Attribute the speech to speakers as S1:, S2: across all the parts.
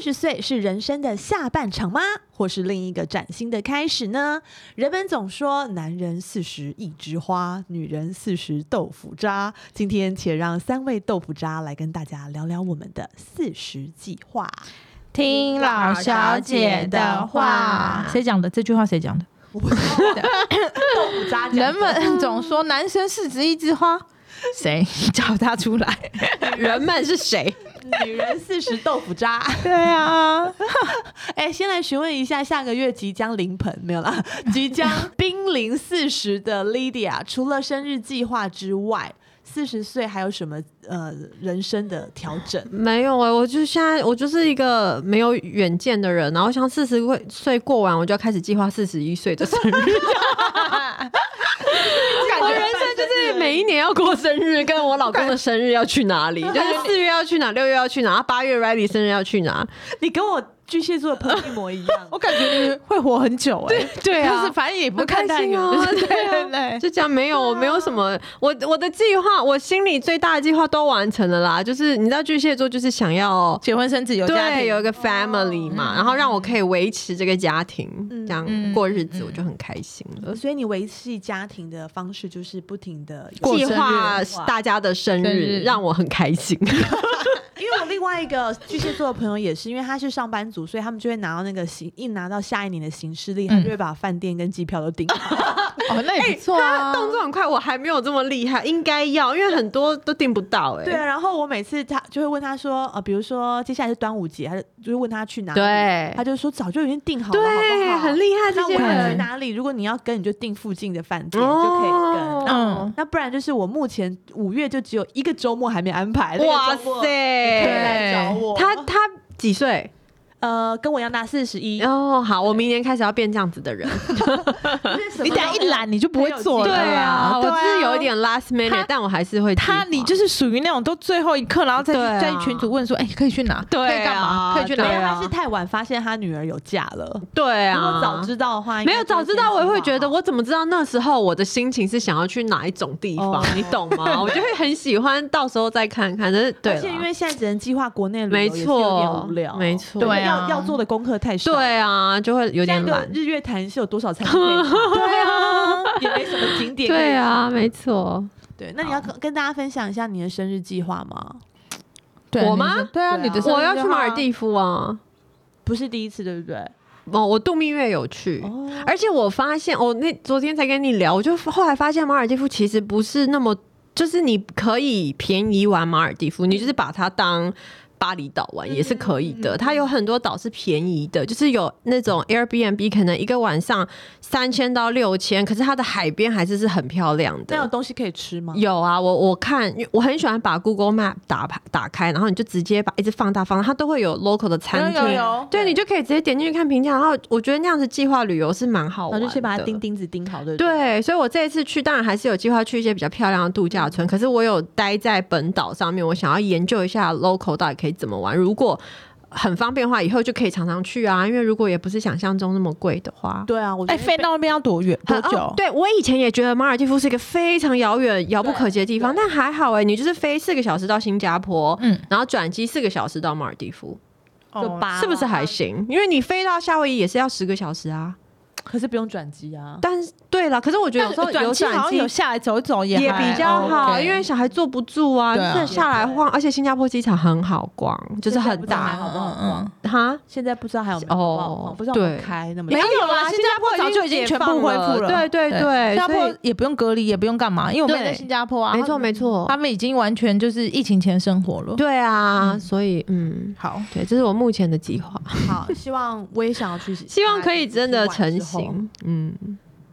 S1: 十岁是人生的下半场吗？或是另一个崭新的开始呢？人们总说男人四十一枝花，女人四十豆腐渣。今天且让三位豆腐渣来跟大家聊聊我们的四十计划。
S2: 听老小姐的话。
S3: 谁讲的？这句话谁讲的？。
S1: 我不知道 豆腐渣
S2: 人
S1: 讲的
S2: 们 总说男生是指一枝花，谁叫他出来？人们是谁？
S1: 女人四十豆腐渣。
S2: 对啊，
S1: 哎、先来询问一下，下个月即将临盆没有啦？即将濒临四十的 Lydia，除了生日计划之外，四十岁还有什么呃人生的调整？
S4: 没有哎、我就现在我就是一个没有远见的人，然后像四十岁过完，我就要开始计划四十一岁的生日。我人生就是每一年要过生日，跟我老公的生日要去哪 里，就是四月要去哪，六月要去哪，啊八月 Riley 生日要去哪。
S1: 你跟我巨蟹座的朋友一模一样
S3: 我感觉会活很久哎、
S4: 对
S2: 欸
S4: 啊
S2: 就是反正也不看太远，
S4: 很开心啊
S2: 就是
S4: 对 啊
S2: 对对对。
S4: 就这样，没有，我没有什么，我我的计划，我心里最大的计划都完成了啦。就是你知道巨蟹座就是想要
S2: 结婚生子有家
S4: 对
S2: 庭，
S4: 有一个 family 嘛，然后让我可以维持这个家庭，这样
S2: 嗯
S4: 过日子，我就很开心了。
S1: 所以你维系家庭的方式就是不停的
S2: 过
S4: 计
S2: 生日
S4: 划大家的生
S2: 生日
S4: 日让我很开 心，
S1: 因为我另外一个巨蟹座的朋友也是，因为他是上班族，所以他们就会拿到那个行，一拿到下一年的行事历，他
S2: 嗯
S1: 就会把饭店跟机票都订好。
S2: 哦，那也不错啊。
S4: 动作很快，我还没有这么厉害，应该要，因为很多都订不到哎、
S1: 对啊，然后我每次他就会问他说，呃，比如说接下来是端午节，他就就会问他去哪里，
S4: 对
S1: 他就说早就已经订好了，好不
S4: 对，
S1: 好？
S4: 很厉害这
S1: 那
S4: 些
S1: 我要去
S4: 人
S1: 哪里？如果你要跟，你就订附近的饭店、就可以跟。
S4: 哦
S1: 那
S2: 嗯，
S1: 那不然就是我目前五月就只有一个周末还没安排。
S4: 哇
S1: 哇
S4: 塞，
S1: 塞！可以来找
S2: 对
S1: 我，
S4: 他他几岁？
S1: 呃跟我一样大四十一，
S4: 哦，好，我明年开始要变这样子的人。
S2: 你
S1: 你
S4: 嗯
S2: 等下一懒你就不会做
S1: 对
S2: 了
S1: 啊
S2: 啦。
S4: 我是有一
S2: 点。
S4: 点 last
S2: 他
S4: minute，但我还是会计划。
S2: 他你就是属于那种都最后一刻，然后再去、
S4: 对啊
S2: 再去群主问说，哎、可以去哪？
S4: 对啊
S2: 可以干嘛？可以去哪？
S1: 没
S4: 对
S1: 有，
S4: 啊
S1: 他是太晚发现他女儿有嫁了。
S4: 对
S1: 如果
S4: 啊，
S1: 早知道的话，应该
S4: 没有
S1: 就
S4: 早
S1: 会
S4: 知道，我也会
S1: 先计划
S4: 觉得，
S1: 好
S4: 我怎么知道那时候我的心情是想要去哪一种地
S1: 哦
S4: 方？你懂 吗？我就会很喜欢，到时候再看看。但是对
S1: 而且因
S4: 啦，
S1: 为现在只能计划国内旅游，
S4: 没
S1: 也是有
S4: 错
S1: 点无聊，
S4: 没错
S1: 对，
S2: 对啊
S1: 要要做的功课太少，，
S4: 对啊，就会有点
S1: 个
S4: 懒。
S1: 日月潭是有多少餐厅可以看？对啊， 也没什么景点。
S4: 对，啊，没错。
S1: 对，那你要跟跟大家分享一下你的生日计划吗？
S2: 对
S4: 我吗
S2: 你的对啊，
S1: 对啊
S2: 你的生日
S4: 我要去马尔
S2: 计
S4: 蒂夫啊！
S1: 不是第一次，对不对？
S4: 哦，我度蜜月有去。
S1: 哦，
S4: 而且我发现，我、那昨天才跟你聊，我就后来发现马尔蒂夫其实不是那么，就是你可以便宜玩马尔蒂
S2: 嗯
S4: 夫，你就是把它当。巴厘岛玩也是可以
S2: 嗯
S4: 的，它有很多岛是便宜的，就是有那种 Airbnb 可能一个晚上三千到六千，可是它的海边还是是很漂亮
S1: 那有
S4: 的。
S1: 东西可以吃吗？
S4: 有啊，我我看，因为我很喜欢把 Google Map 打打开，然后你就直接把一直放大放大，它都会有 local 的餐厅
S2: 有有有，
S4: 对你就可以直接点进去看评价，然后我觉得那样子计划旅游是蛮好
S1: 然
S4: 玩的。
S1: 后就先把它钉钉子钉好，对不对？
S4: 对，所以我这一次去，当然还是有计划去一些比较漂亮的度假村。可是我有待在本岛上面，我想要研究一下 local 到底可以怎么玩。如果很方便的话，以后就可以常常去啊。因为如果也不是想象中那么贵的话，
S1: 对啊，我觉
S2: 哎，
S1: 得
S2: 飞到那边要多远？多
S4: 很
S2: 久？
S4: 哦对我以前也觉得马尔代夫是一个非常遥远、遥不可及的地方，但还好哎、你就是飞四个小时到新加坡，
S2: 嗯
S4: 然后转机四个小时到马尔代夫，
S2: 哦
S1: 就八
S4: 是不是还行？因为你飞到夏威夷也是要十个小时啊。
S1: 可是不用转机啊。
S4: 但是对了，可是我觉得有时候
S2: 转
S4: 有
S2: 机好
S4: 转
S2: 像
S4: 机
S2: 有下来走一走也
S4: 也
S2: 也
S4: 比较好，因为小孩坐不住啊，
S2: 对啊
S4: 就是下来晃，而且新加坡机场很好逛，就是很
S1: 现在不知道还
S4: 大
S1: 好不好
S2: 嗯
S1: 逛？
S4: 哈。
S1: 现在不知道还有没有好不好逛
S4: 哦
S1: 不知道有没有
S4: 对
S1: 开那么
S4: 没
S1: 大
S4: 有啦，
S2: 新加坡
S4: 新加坡
S2: 早就已经全部恢复了，
S4: 对对对，
S2: 新加
S4: 所以
S2: 坡也不用隔离，也不用干嘛，因为我们
S4: 对
S2: 在新加坡啊，
S4: 没错没错
S2: 他，们已经完全就是疫情前生活了。
S4: 对啊，所以嗯，
S2: 好，
S4: 对，这是我目前的计划，
S1: 好，希望我也想要去，
S4: 希望可以真的成
S1: 去玩之后。
S4: 型，嗯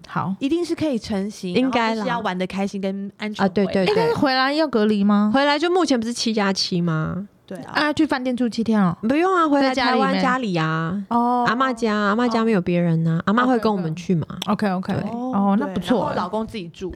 S2: 好，
S1: 一定是可以成型，
S4: 应该啦
S1: 然后就是要玩的开心跟安全
S4: 啊，对
S1: 回
S4: 对
S1: 来
S2: 哎，但是
S4: 对，
S2: 回来要隔离吗？
S4: 回来就目前不是七加七吗？
S1: 对啊，
S2: 啊，去饭店住七天哦。
S4: 不用啊，回来
S2: 在家里
S4: 台湾
S2: 面
S4: 家里啊，
S2: 哦
S4: 阿妈家，阿妈家没有别人呐，阿妈会跟我们去嘛？
S2: ，OK OK，
S4: 对
S2: 哦，那
S1: 对
S2: 不错
S1: 然后
S2: 哎。
S1: 老公自己住，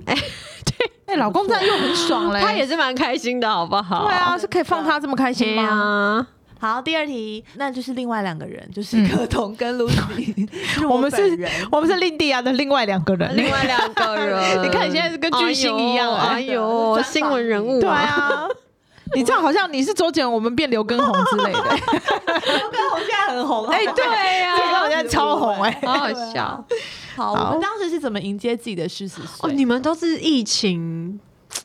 S2: 哎，老公这样又很爽嘞，
S4: 他也是蛮开心的，好不好？
S2: 对啊，是可以放他这么开心
S4: 对
S2: 吗？
S4: 啊，
S1: 好，第二题，那就是另外两个人，就是葛彤跟 Lucy，就是
S2: 我们
S1: 本
S2: 是
S1: 人，
S2: 我们是莉迪亚的另外两个人，
S4: 另外两个 人，
S2: 你看你现在是跟巨星一样
S4: 哎
S2: 哎
S4: 呦，哎呦新闻人物，
S2: 对，啊啊。你这样好像你是周杰伦，我们变刘畊宏之类的，
S1: 刘畊宏现在很红。啊
S2: 哎， 对呀，
S3: 这个好像超红哎、
S4: 好好笑
S1: 好，我们当时是怎么迎接自己的四十
S4: 啊哦！
S1: 岁？
S4: 你们都是疫情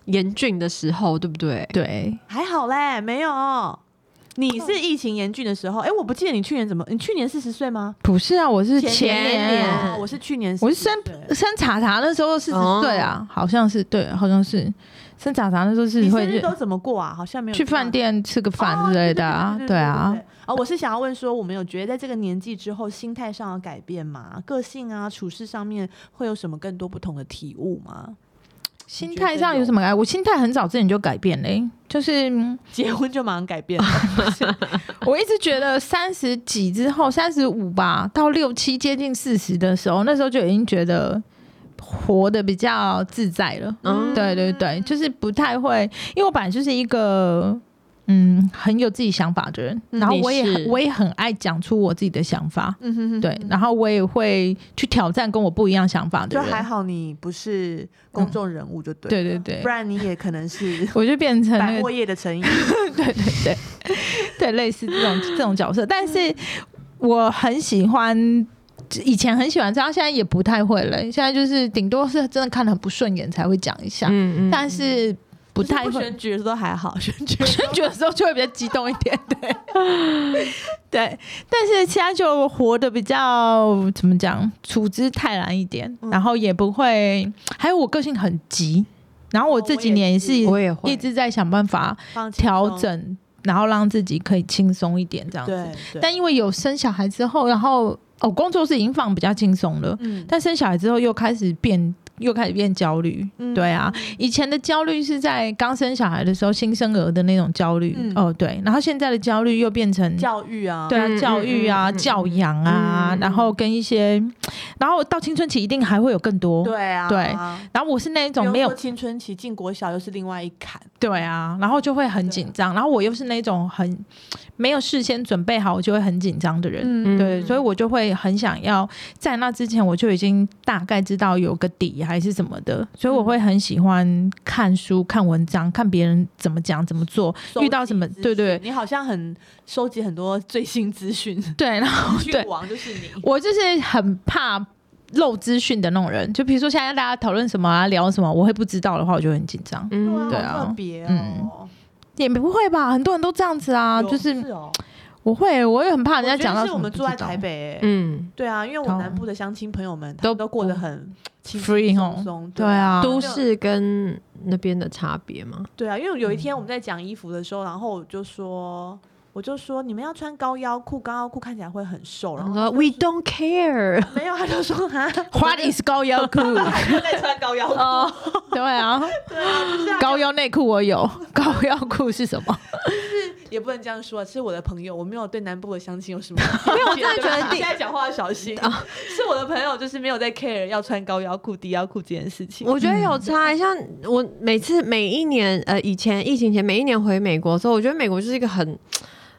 S4: 严峻的时候，对不对？
S3: 对，
S1: 还好嘞，没有。你是疫情严峻的时候，哎、我不记得你去年怎么，你去年四十岁吗？
S3: 不是啊，我是
S4: 前年
S1: 哦我是去年40岁，
S3: 我是生生查查那时候四十岁啊，好像是对，好像是生查查那时候是
S1: 你生
S3: 会
S1: 日都怎么过啊？好像没有
S3: 去饭店吃个
S1: 哦
S3: 饭之类的啊，
S1: 对对对对
S3: 对啊
S1: 对，对啊，我是想要问说，我们有觉得在这个年纪之后，心态上的改变吗？个性啊，处事上面会有什么更多不同的体悟吗？
S3: 心态上有什么改？我心态很早之前就改变嘞、就是嗯
S1: 结婚就马上改变了，
S3: 我一直觉得三十几之后，三十五吧到六七接近四十的时候，那时候就已经觉得活得比较自在了。
S4: 嗯，
S3: 对对对，就是不太会，因为我本来就是一个嗯很有自己想法的人，
S4: 嗯
S3: 然后
S4: 你
S3: 我也很
S4: 是
S3: 我也很爱讲出我自己的想法，
S1: 嗯哼哼
S3: 对，然后我也会去挑战跟我不一样想法的
S1: 就还
S3: 人，
S1: 好你不是公众人物就对了，
S3: 对对对
S1: 不，然你也可能是
S3: 我就变成那
S1: 百
S3: 个
S1: 货业的成员。
S3: 对对对对，类似这种这种角色，但是我很喜欢。以前很喜欢这样，现在也不太会了。现在就是顶多是真的看得很不顺眼才会讲一下，
S4: 嗯
S3: 但是
S1: 不
S3: 不
S1: 是
S3: 太
S1: 不
S3: 会。
S1: 选举的时候还好，选举
S3: 选举的时候就会比较激动一点，对，对。但是现在就活得比较怎么讲，处之泰然一点，
S1: 嗯
S3: 然后也不会。还有我个性很急，然后我这几年也是
S1: 哦
S4: 我也会
S3: 一直在想办法
S1: 放轻
S3: 调
S1: 松，
S3: 整，然后让自己可以轻松一点这样子。
S1: 对，对
S3: 但因为有生小孩之后，然后哦，工作是已经放比较轻松了，
S1: 嗯
S3: 但生小孩之后又开始变，又开始变焦虑。
S1: 嗯
S3: 对啊，以前的焦虑是在刚生小孩的时候，新生儿的那种焦虑。
S1: 嗯
S3: 哦，对，然后现在的焦虑又变成。
S1: 教育啊，
S3: 对啊
S4: 嗯，
S3: 教育啊，
S4: 嗯嗯嗯
S3: 教养啊，
S4: 嗯嗯
S3: 然后跟一些，然后到青春期一定还会有更多。
S1: 对啊，
S3: 对然后我是那一种
S1: 没
S3: 没有
S1: 有青春期进国小又是另外一坎，
S3: 对啊，然后就会很紧张，然后我又是那种很没有事先准备好，我就会很紧张的人。
S1: 嗯
S3: 对，所以我就会很想要在那之前，我就已经大概知道有个底还是什么的，所
S1: 嗯
S3: 以我会很喜欢看书、看文章、看别人怎么讲、怎 么做，
S1: 收集
S3: 遇到什么，
S1: 资讯
S3: 对对
S1: 你好像很收集很多最新资 讯，
S3: 对，然后
S1: 去
S3: 对
S1: 王就是你。
S3: 我就是很怕漏资讯的那种人，就比如说现在大家讨论什么啊、聊什么，我会不知道的话，我就会很紧张，
S4: 嗯
S3: 对啊
S1: 好特别哦
S3: 嗯，也不会吧？很多人都这样子啊，
S1: 有
S3: 就是
S1: 是哦，
S3: 我会，我也很怕
S1: 我
S3: 人家
S1: 觉
S3: 讲
S1: 得
S3: 到
S1: 是
S3: 什
S1: 我
S3: 么
S1: 们
S3: 不
S1: 住在
S3: 知道
S1: 台北，欸
S4: 嗯，
S1: 对啊，因为我
S3: 懂
S1: 南部的乡亲朋友们，他们
S3: 都
S1: 都过得
S3: 不
S1: 很轻
S3: free
S1: 松
S3: 哦
S1: 松，
S3: 对啊，
S4: 都市跟那边的差别吗？
S1: 对啊，因为有一
S3: 嗯
S1: 天我们在讲衣服的时候，然后我就说，我就说你们要穿高腰裤，高腰裤看起来会很瘦，然
S4: 然后
S3: 嗯
S1: 后
S4: 说 We don't care，
S1: 没有，他就说啊，
S3: 花里是高腰 裤，
S1: 还是在穿高腰裤，
S3: 对啊，
S1: 对啊，就是啊
S3: 高腰内裤我有，高腰裤是什么？
S1: 也不能这样说，啊是我的朋友，我没有对南部的相亲有 什么意见。因为我真的觉得现在讲话要小心， 是我的朋友就是没有在 care 要穿高腰裤、低腰裤这件事情。
S4: 我觉得有差。欸像我每次每一年，呃，以前疫情前每一年回美国的时候，我觉得美国就是一个很。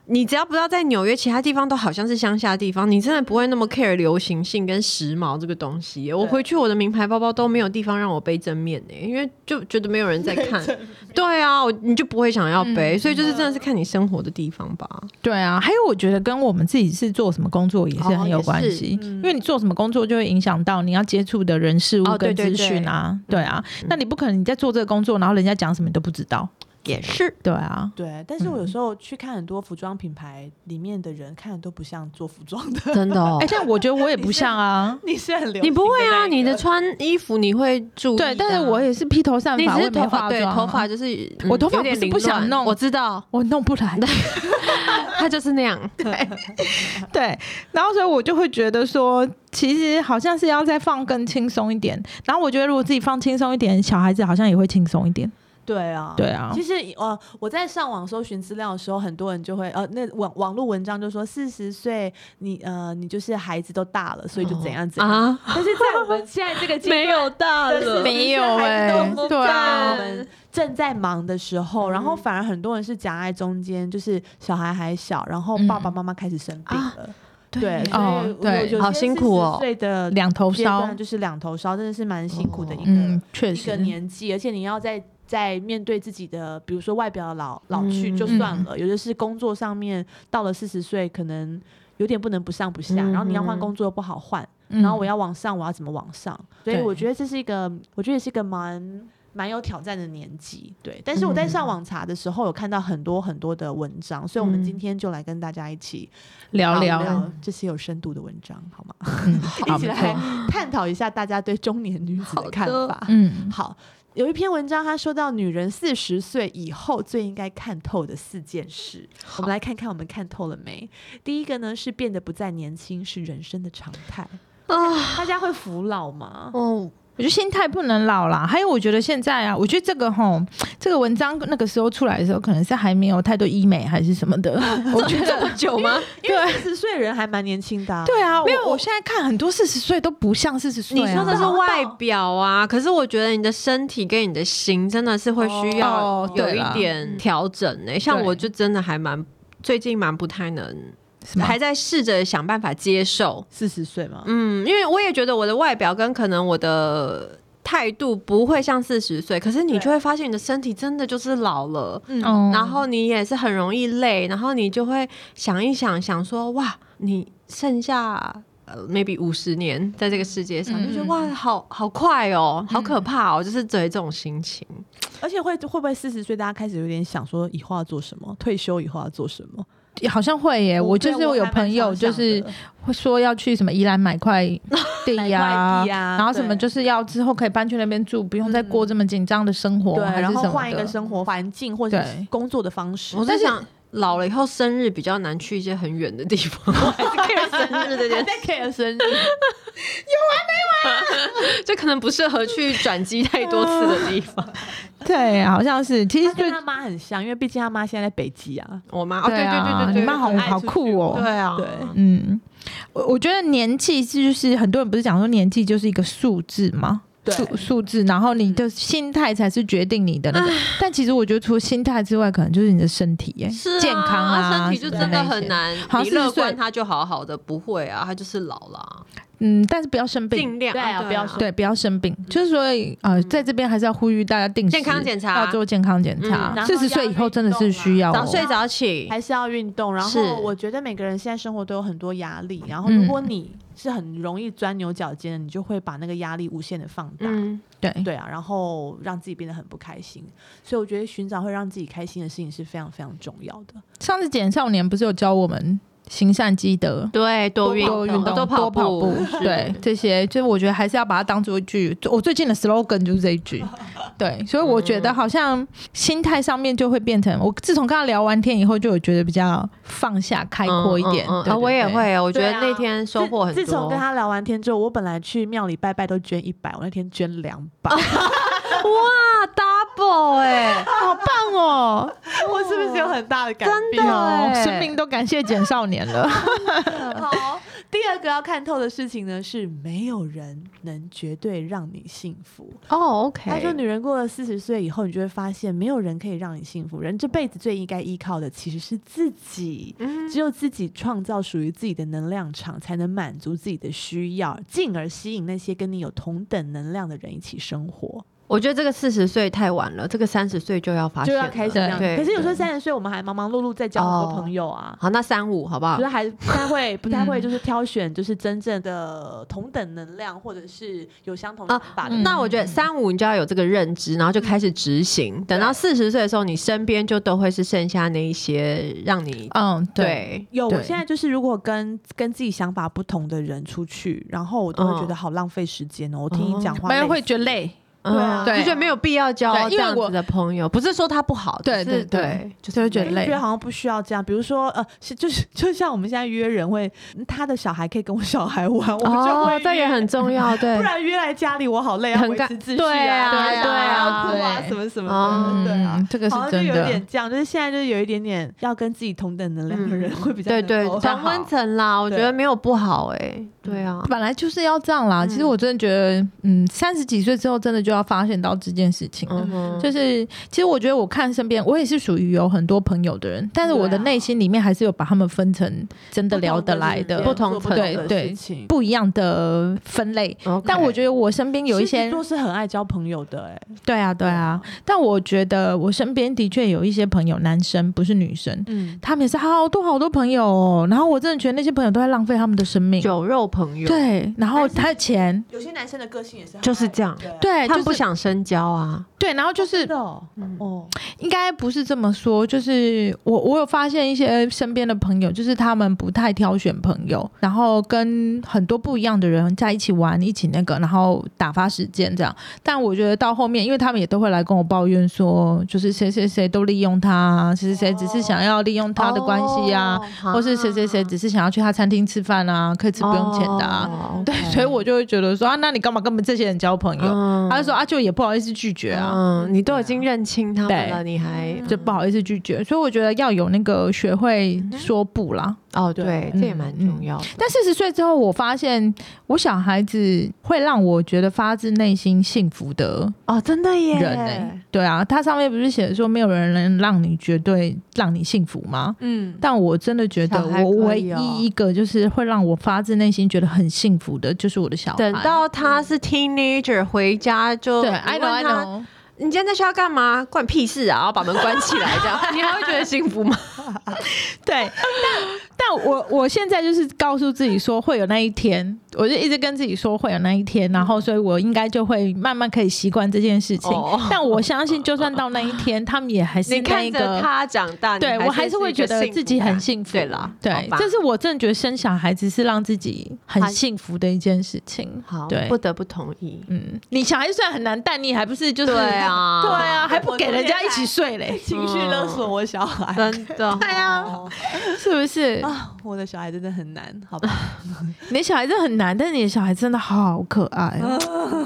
S4: 你只要不要在纽约，其他地方都好像是乡下地方，你真的不会那么 care 流行性跟时髦这个东西耶。欸我回去我的名牌包包都没有地方让我背正面欸诶、因为就觉得没有人在看。对啊，我你就不会想要背，所以就是真的是看你生活的地方吧。
S3: 对啊，还有我觉得跟我们自己是做什么工作也是
S4: 哦
S3: 很有关系，
S1: 嗯
S3: 因为你做什么工作就会影响到你要接触的人事物
S4: 哦对
S3: 跟
S4: 对
S3: 资讯啊，对啊，那你不可能你在做这个工作，然后人家讲什么你都不知道，
S4: 也是，
S3: 对啊，
S1: 对，但是我
S4: 嗯
S1: 有时候去看很多服装品牌里面的人，看的都不像做服装 的。，
S4: 真的哦
S3: 哎、。但我觉得我也不像啊
S1: 你是很流行
S4: 你不会
S1: 那
S4: 啊，
S1: 一个
S4: 你的穿衣服 你会注意的啊、
S3: 对，但是我也是披头散
S4: 你
S3: 发，我
S4: 只
S3: 也
S4: 是
S3: 没
S4: 头
S3: 化
S4: 发，对
S3: 妆啊
S4: 头发就是嗯
S3: 我头发
S4: 有点
S3: 不是
S4: 凌
S3: 不想
S4: 乱
S3: 弄
S4: 我知道，
S3: 我弄不 来，
S4: 他就是那样。
S3: 对，然后所以我就会觉得说，其实好像是要再放更轻松一点。然后我觉得如果自己放轻松一点，小孩子好像也会轻松一点。
S1: 对啊，
S3: 对啊
S1: 其实呃，我在上网搜寻资料的时候，很多人就会呃，那网网络文章就说四十岁你呃你就是孩子都大了，所以就怎样怎样。
S4: 啊？
S1: 但是在我们现在这个 阶段
S4: 没有大
S1: 真的是
S4: 了，
S3: 没有欸
S1: 孩子都不
S3: 对
S1: 在
S3: 啊
S1: 我们正在忙的时候，然后反而很多人是夹在中间，就是小孩还小，然后爸爸妈妈开始生病了，啊对，
S4: 对
S3: 嗯哦
S1: 所以
S3: 对
S1: 有有些
S4: 好辛苦哦
S1: 40岁的
S3: 两头
S1: 阶
S3: 烧
S1: 段，就是两头烧，真的是蛮辛苦的一个、
S3: 嗯，确
S1: 一个
S3: 实，
S1: 年纪，而且你要在。在面对自己的，比如说外表的老老去
S4: 嗯
S1: 就算了，有的是工作上面到了四十岁，可能有点不能不上不下，
S4: 嗯哼
S1: 然后你要换工作又不好换，
S3: 嗯
S1: 然后我要往上，我要怎么往上？所以
S3: 对
S1: 我觉得这是一个，我觉得也是一个蛮蛮有挑战的年纪。对，但是我在
S3: 嗯
S1: 上网查的时候，有看到很多很多的文章，所以我们
S4: 嗯
S1: 今天就来跟大家一起
S3: 聊
S1: 聊
S3: 聊，
S1: 这些有深度的文章，好吗？
S3: 嗯
S1: 一
S3: 好，
S1: 起
S3: 不
S1: 来
S3: 错，
S1: 探讨一下大家对中年女子的看法。
S3: 嗯，
S1: 好，有一篇文章，他说到女人四十岁以后最应该看透的四件事，我们来看看我们看透了没。第一个呢是变得不再年轻，是人生的常态。
S4: 啊，
S1: 大家会服老 吗？
S4: 哦，
S3: 我觉得心态不能老啦。还有，我觉得现在啊，我觉得这个吼，这个文章那个时候出来的时候，可能是还没有太多医美还是什么的。我觉得
S4: 久吗？
S1: 因为四十岁人还蛮年轻的、啊。
S3: 对啊，
S4: 没有
S3: 我我现在看很多四十岁都不像四十岁
S4: 你
S3: 啊。
S4: 说的是
S1: 对啊
S4: 外表啊，可是我觉得你的身体跟你的心真的是会需要
S3: 哦
S4: 有
S3: 对
S4: 一
S3: 啦
S4: 点调整呢、像
S3: 对
S4: 我就真的还蛮最近蛮不太能，
S3: 什么
S4: 还在试着想办法接受。
S1: 四十岁吗？
S4: 嗯，因为我也觉得我的外表跟可能我的态度不会像四十岁，可是你
S1: 对
S4: 就会发现你的身体真的就是老了。
S1: 嗯
S3: 哦
S4: 然后你也是很容易累，然后你就会想一想，想说哇，你剩下呃 maybe 五十年在这个世界上，
S3: 嗯
S4: 就觉得
S3: 嗯
S4: 哇，好好快哦，好可怕哦，就是只有这种心情。
S1: 而且会会不会四十岁大家开始有点想说以后要做什么，退休以后要做什么？
S3: 好像会耶，我就是
S1: 对
S3: 有
S1: 还蛮
S3: 朋友
S1: 常
S3: 就
S1: 想
S3: 是
S1: 的
S3: 会说要去什么宜兰买块地
S1: 买
S3: 呀、
S1: 块地啊
S3: 然后什么
S1: 对
S3: 就是要之后可以搬去那边住，不用再过这么紧张的生活，
S1: 对，
S3: 还是
S1: 然后
S3: 什么
S1: 换一个
S3: 的
S1: 生活环境或者是
S3: 对
S1: 工作的方式
S4: 我。在 想，老了以后生日比较难去一些很远的地方， 还是 care 生日这件事，
S3: care 生日，
S4: 就可能不适合去转机太多次的地方。
S3: 对，好像是，其实
S1: 他
S3: 就
S1: 跟他妈很像，因为毕竟他妈现在在北极啊。
S4: 我妈哦，对对
S3: 啊，
S4: 对对对，
S3: 你妈好
S4: 对
S3: 好酷哦，
S4: 对啊，
S1: 对
S3: 嗯，我我觉得年纪就是很多人不是讲说年纪就是一个数字吗？
S1: 对
S3: 数数字，然后你的心态才是决定你的那个。但其实我觉得，除了心态之外，可能就是你的身体、耶，
S4: 是啊
S3: 健康啊，
S4: 身体就
S3: 什么
S4: 真的
S3: 那
S4: 很
S3: 些。
S4: 难。
S3: 好
S4: 你
S3: 40
S4: 乐观，
S3: 岁
S4: 他就好好的，不会啊，他就是老了，
S3: 嗯，但是不要生病，
S4: 尽量
S1: 对啊不要
S3: 对，不要生病。就是所以，呃，在这边还是要呼吁大家定时
S4: 嗯健康检查
S3: 要做健康检
S4: 嗯
S3: 查
S1: 然。后
S3: 四十岁以后真的是需要、哦、
S4: 早睡早起，
S1: 还是要运动。然
S4: 是
S1: 后我觉得每个人现在生活都有很多压力，然后
S3: 嗯
S1: 如果你是很容易钻牛角尖的，你就会把那个压力无限的放大。
S4: 嗯，
S3: 对
S1: 对啊，然后让自己变得很不开心，所以我觉得寻找会让自己开心的事情是非常非常重要的。
S3: 上次简少年不是有教我们行善积德，
S4: 对，多运
S3: 多运动、
S4: 多跑
S3: 步，
S4: 是
S3: 对这些，就我觉得还是要把它当做一句。我最近的 slogan 就是这一 句，对，所以我觉
S4: 嗯
S3: 得好像心态上面就会变成，我自从跟他聊完天以后，就有觉得比较放下、开阔一点。
S4: 嗯嗯嗯
S3: 对
S4: 啊，我也，
S3: 对对
S4: 会，我觉得
S1: 对啊
S4: 那天收获很多。
S1: 自自从跟他聊完天之后，我本来去庙里拜拜都捐一百，我那天捐两百，
S4: 哇 double 哎，
S3: 好棒哦！
S1: 我是不是有很大的感
S4: 真
S1: 动？
S4: 的哎
S3: 有啊生命都感谢简少年了。
S1: 好，第二个要看透的事情呢，是没有人能绝对让你幸福。
S4: 哦，OK，
S1: 他说，女人过了四十岁以后，你就会发现，没有人可以让你幸福。人这辈子最应该依靠的其实是自己，
S4: 嗯
S1: 只有自己创造属于自己的能量场，才能满足自己的需要，进而吸引那些跟你有同等能量的人一起生活，
S4: 我觉得这个四十岁太晚了，这个三十岁就要发
S1: 就
S4: 现了，
S1: 要开始这样。
S4: 对
S1: 可是有时候三十岁，我们还忙忙碌碌在交很多朋友啊。
S4: 好，那三五好不好
S1: 觉？得还不太 会，不太
S4: 嗯
S1: 会，就是挑选，就是真正的同等能量，或者是有相
S4: 啊
S1: 同想法的
S3: 嗯
S1: 人。
S4: 那我觉得三五你就要有这个认知，然后就开始执行。等
S1: 嗯
S4: 到四十岁的时候，你身边就都会是剩下那一些让你
S3: 嗯，对，
S4: 对
S1: 有，我
S3: 对
S1: 现在就是如果跟跟自己想法不同的人出去，然后我都会觉得
S3: 嗯
S1: 好浪费时间哦。我听你讲话
S3: 不
S1: 累
S3: 然
S1: 死，
S3: 会觉得累。
S1: 对啊
S4: 嗯
S3: 对
S4: 就觉得没有必要交
S3: 对因为
S4: 这样
S3: 我
S4: 子的朋友，不是说他不好，
S3: 对
S4: 只是
S3: 对对
S4: 就是
S3: 会觉得
S1: 因为
S3: 累
S1: 觉得好像不需要这样。比如说，呃，是就是就像我们现在约人会，嗯他的小孩可以跟我小孩玩，我就会
S4: 哦
S1: 约，
S4: 这也很 重要，对
S1: 不。然约来家里我好累，要
S4: 很
S1: 维
S4: 干
S1: 持秩序
S4: 对
S1: 啊，
S4: 啊
S1: 对
S3: 对啊
S1: 哭啊，
S3: 对
S1: 什么什么
S4: 嗯
S1: 的，对啊
S3: 嗯，。这个是
S1: 好像就
S3: 真
S1: 有
S3: 的
S1: 点。这样，就是现在就是有一点点要跟自己同等能量的
S3: 嗯
S1: 人会比较
S4: 对对
S1: 能，够
S4: 同温层啦，我觉
S1: 对
S4: 得没有不
S3: 嗯
S4: 好哎、对啊，
S3: 嗯本来就是要这样啦。其实我真的觉得，嗯，三十几岁之后真的就要发现到这件事情了。
S4: 嗯哼
S3: 就是，其实我觉得我看身边，我也是属于有很多朋友的人，但是我的
S2: 对啊
S3: 内心里面还是有把他们分成真的聊得来的
S4: 不
S3: 不
S4: 同
S1: 做
S4: 层
S1: 的
S3: 对对
S1: 事情。
S3: 不一样的分类。
S4: OK
S3: 但我觉得我身边有一
S1: 狮
S3: 些
S1: 子，座是很爱交朋友的、哎，
S3: 对啊对啊，，但我觉得我身边的确有一些朋友，男生不是女生，
S1: 嗯，
S3: 他们也是好多好多朋友哦。然后我真的觉得那些朋友都在浪费他们的生命。
S4: 酒肉朋友，，
S3: 对，然后
S1: 但是
S3: 他的钱，
S1: 有些男生的个性也是很
S4: 就是
S1: 爱
S4: 这样
S1: 对
S3: 对，
S4: 他
S3: 就
S4: 们不
S3: 是
S4: 想深交啊，
S3: 对，然后就
S1: 真
S3: 是
S1: 的哦，
S4: 嗯
S1: 哦
S3: 应该不是这么说，就是我我有发现一些呃身边的朋友，就是他们不太挑选朋友，然后跟很多不一样的人在一起玩，一起那个，然后打发时间这样。但我觉得到后面，因为他们也都会来跟我抱怨说，就是谁谁谁都利用他啊，谁谁谁只是想要利用他的关系啊，
S4: 哦，
S3: 或是谁谁谁只是想要去他餐厅吃饭啊，可以吃不用钱的啊。
S4: 哦
S3: 对，所以我就会觉得说啊，那你干嘛跟我们这些人交朋友？
S4: 嗯
S3: 他就说啊，就也不好意思拒绝啊。
S4: 嗯，你都已经认清他们了，
S3: 对
S4: 你还
S3: 就不好意思拒绝，所以我觉得要有那个学会
S4: 嗯
S3: 说不啦。
S4: 哦，对，
S3: 嗯
S4: 这也蛮重要的。
S3: 但四十岁之后，我发现我小孩子会让我觉得发自内心幸福的
S4: 哦，真的耶
S3: 人呢、对啊，他上面不是写说没有人能让你绝对让你幸福吗？
S1: 嗯，
S3: 但我真的觉得
S4: 小孩可以
S3: 我
S4: 哦
S3: 唯一一个就是会让我发自内心觉得很幸福的，就是我的小孩。
S4: 等到他是 teenager 回家就
S3: 对
S4: 你
S3: ，I
S4: 问
S3: know I
S4: 他
S3: know，
S4: 你今天在学校干嘛？关你屁事啊！然后把门关起来，这样你还会觉得幸福吗？
S3: 对，但但我我现在就是告诉自己说会有那一天，我就一直跟自己说会有那一天，然后所以我应该就会慢慢可以习惯这件事情。
S4: 嗯哦
S3: 但我相信，就算到那一天，他们也还是
S4: 你
S3: 那一
S4: 看着
S3: 个。
S4: 他长大，
S3: 对
S4: 你
S3: 我还是会觉得自己很幸福，
S4: 对啦，好
S3: 对
S4: 吧，
S3: 这是我真的觉得生小孩子是让自己很幸福的一件事情。
S4: 好，
S3: 对
S4: 不，得不同意。
S3: 嗯，你小孩虽然很难，但你还不是就是
S4: 对 啊
S3: 对啊，还不给人家一起睡嘞，
S1: 情绪勒索我小孩、哦
S4: 真 的， 对啊，
S3: 是不是？
S1: 啊，嗯 我的小孩真的很难，好吧？
S3: 你的小孩子很难，但是你的小孩真的好可爱哦。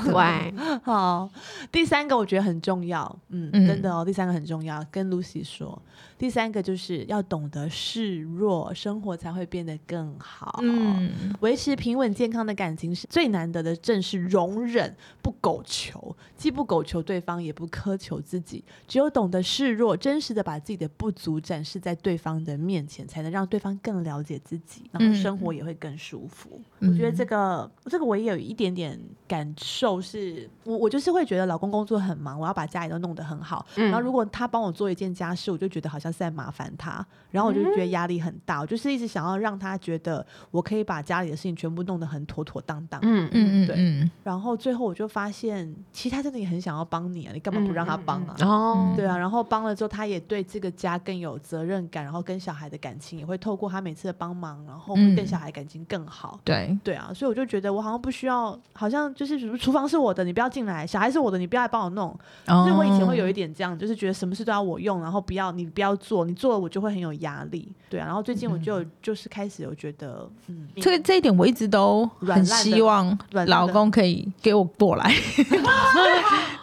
S4: 对，
S1: 好，第三个我觉得很重要，嗯，
S3: 嗯
S1: 真的哦，第三个很重要，跟 Lucy 说，第三个就是要懂得示弱，生活才会变得更好。
S3: 嗯，
S1: 维持平稳健康的感情是最难得的，正是容忍，不苟求，既不苟求对方，也不苛求自己。只有懂得示弱，真实的把自己的不足展示在对方的面前，才能让对方更了解自己，然后
S3: 嗯
S1: 生活也会更舒服。
S3: 嗯
S1: 哦我觉得这个，这个我也有一点点感受是，我我就是会觉得老公工作很忙，我要把家里都弄得很好，
S4: 嗯
S1: 然后如果他帮我做一件家事，我就觉得好像是在麻烦他，然后我就觉得压力很
S4: 嗯
S1: 大，我就是一直想要让他觉得我可以把家里的事情全部弄得很妥妥当当。
S4: 嗯嗯，
S3: 嗯嗯
S1: 对
S3: 嗯，
S1: 然后最后我就发现，其实他真的也很想要帮你啊，你干嘛不让他帮啊？
S4: 哦，
S1: 对啊，然后帮了之后，他也对这个家更有责任感，然后跟小孩的感情也会透过他每次的帮忙，然后会跟
S3: 嗯
S1: 小孩感情更好。
S3: 对，
S1: 对啊，所以我就觉得我好像不需要，好像就是比如厨房是我的，你不要进来；小孩是我的，你不要来帮我弄。
S3: 所
S1: 所以我以前会有
S3: 哦
S1: 一点这样，就是觉得什么事都要我用，然后不要你不要做，你做了我就会很有压力。对啊，然后最近我就、就是开始有觉得，嗯，
S3: 嗯这个这一点，我一直都很希望
S1: 软烂的
S3: 老公可以给我 过来。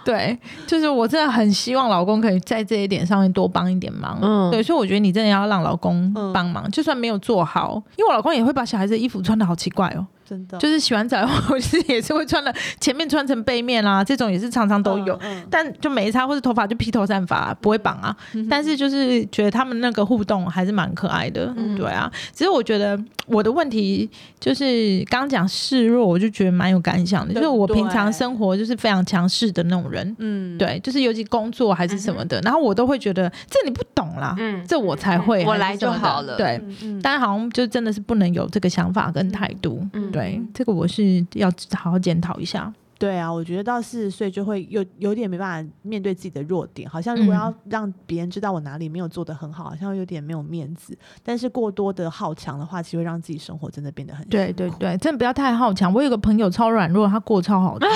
S3: 对，就是我真的很希望老公可以在这一点上面多帮一点忙。
S4: 嗯
S3: 对，所以我觉得你真的要让老公
S1: 嗯
S3: 帮忙，就算没有做好，因为我老公也会把小孩子的衣服穿的好奇怪哦，
S1: 真的
S3: 就是洗完澡以后，就是也是会穿的前面穿成背面啦、这种也是常常都有。
S1: 嗯
S3: 但就没差，或者头发就披头散发，不会绑啊。
S4: 嗯
S3: 但是就是觉得他们那个互动还是蛮可爱的，
S1: 嗯
S3: 对啊。只是我觉得我的问题就是刚讲示弱，我就觉得蛮有感想的，
S1: 对
S3: 就是我
S1: 对
S3: 平常生活就是非常强势的那种人，
S1: 嗯，
S3: 对，就是尤其工作还是什么的，然后我都会觉得这你不懂啦，
S4: 嗯
S3: 这我才会，
S4: 我
S3: 还是
S4: 来就
S3: 什么的
S4: 好了
S3: 对。
S1: 嗯，嗯
S3: 但好像就真的是不能有这个想法跟态度，
S4: 嗯
S3: 对，这个我是要好好检讨一下。
S1: 对啊，我觉得到四十岁就会有有点没办法面对自己的弱点，好像如果
S3: 嗯
S1: 要让别人知道我哪里没有做得很好，好像有点没有面子。但是过多的好强的话，其实会让自己生活真的变得很
S3: 对对对，真的不要太好强。我有个朋友超软弱，他过超好 的。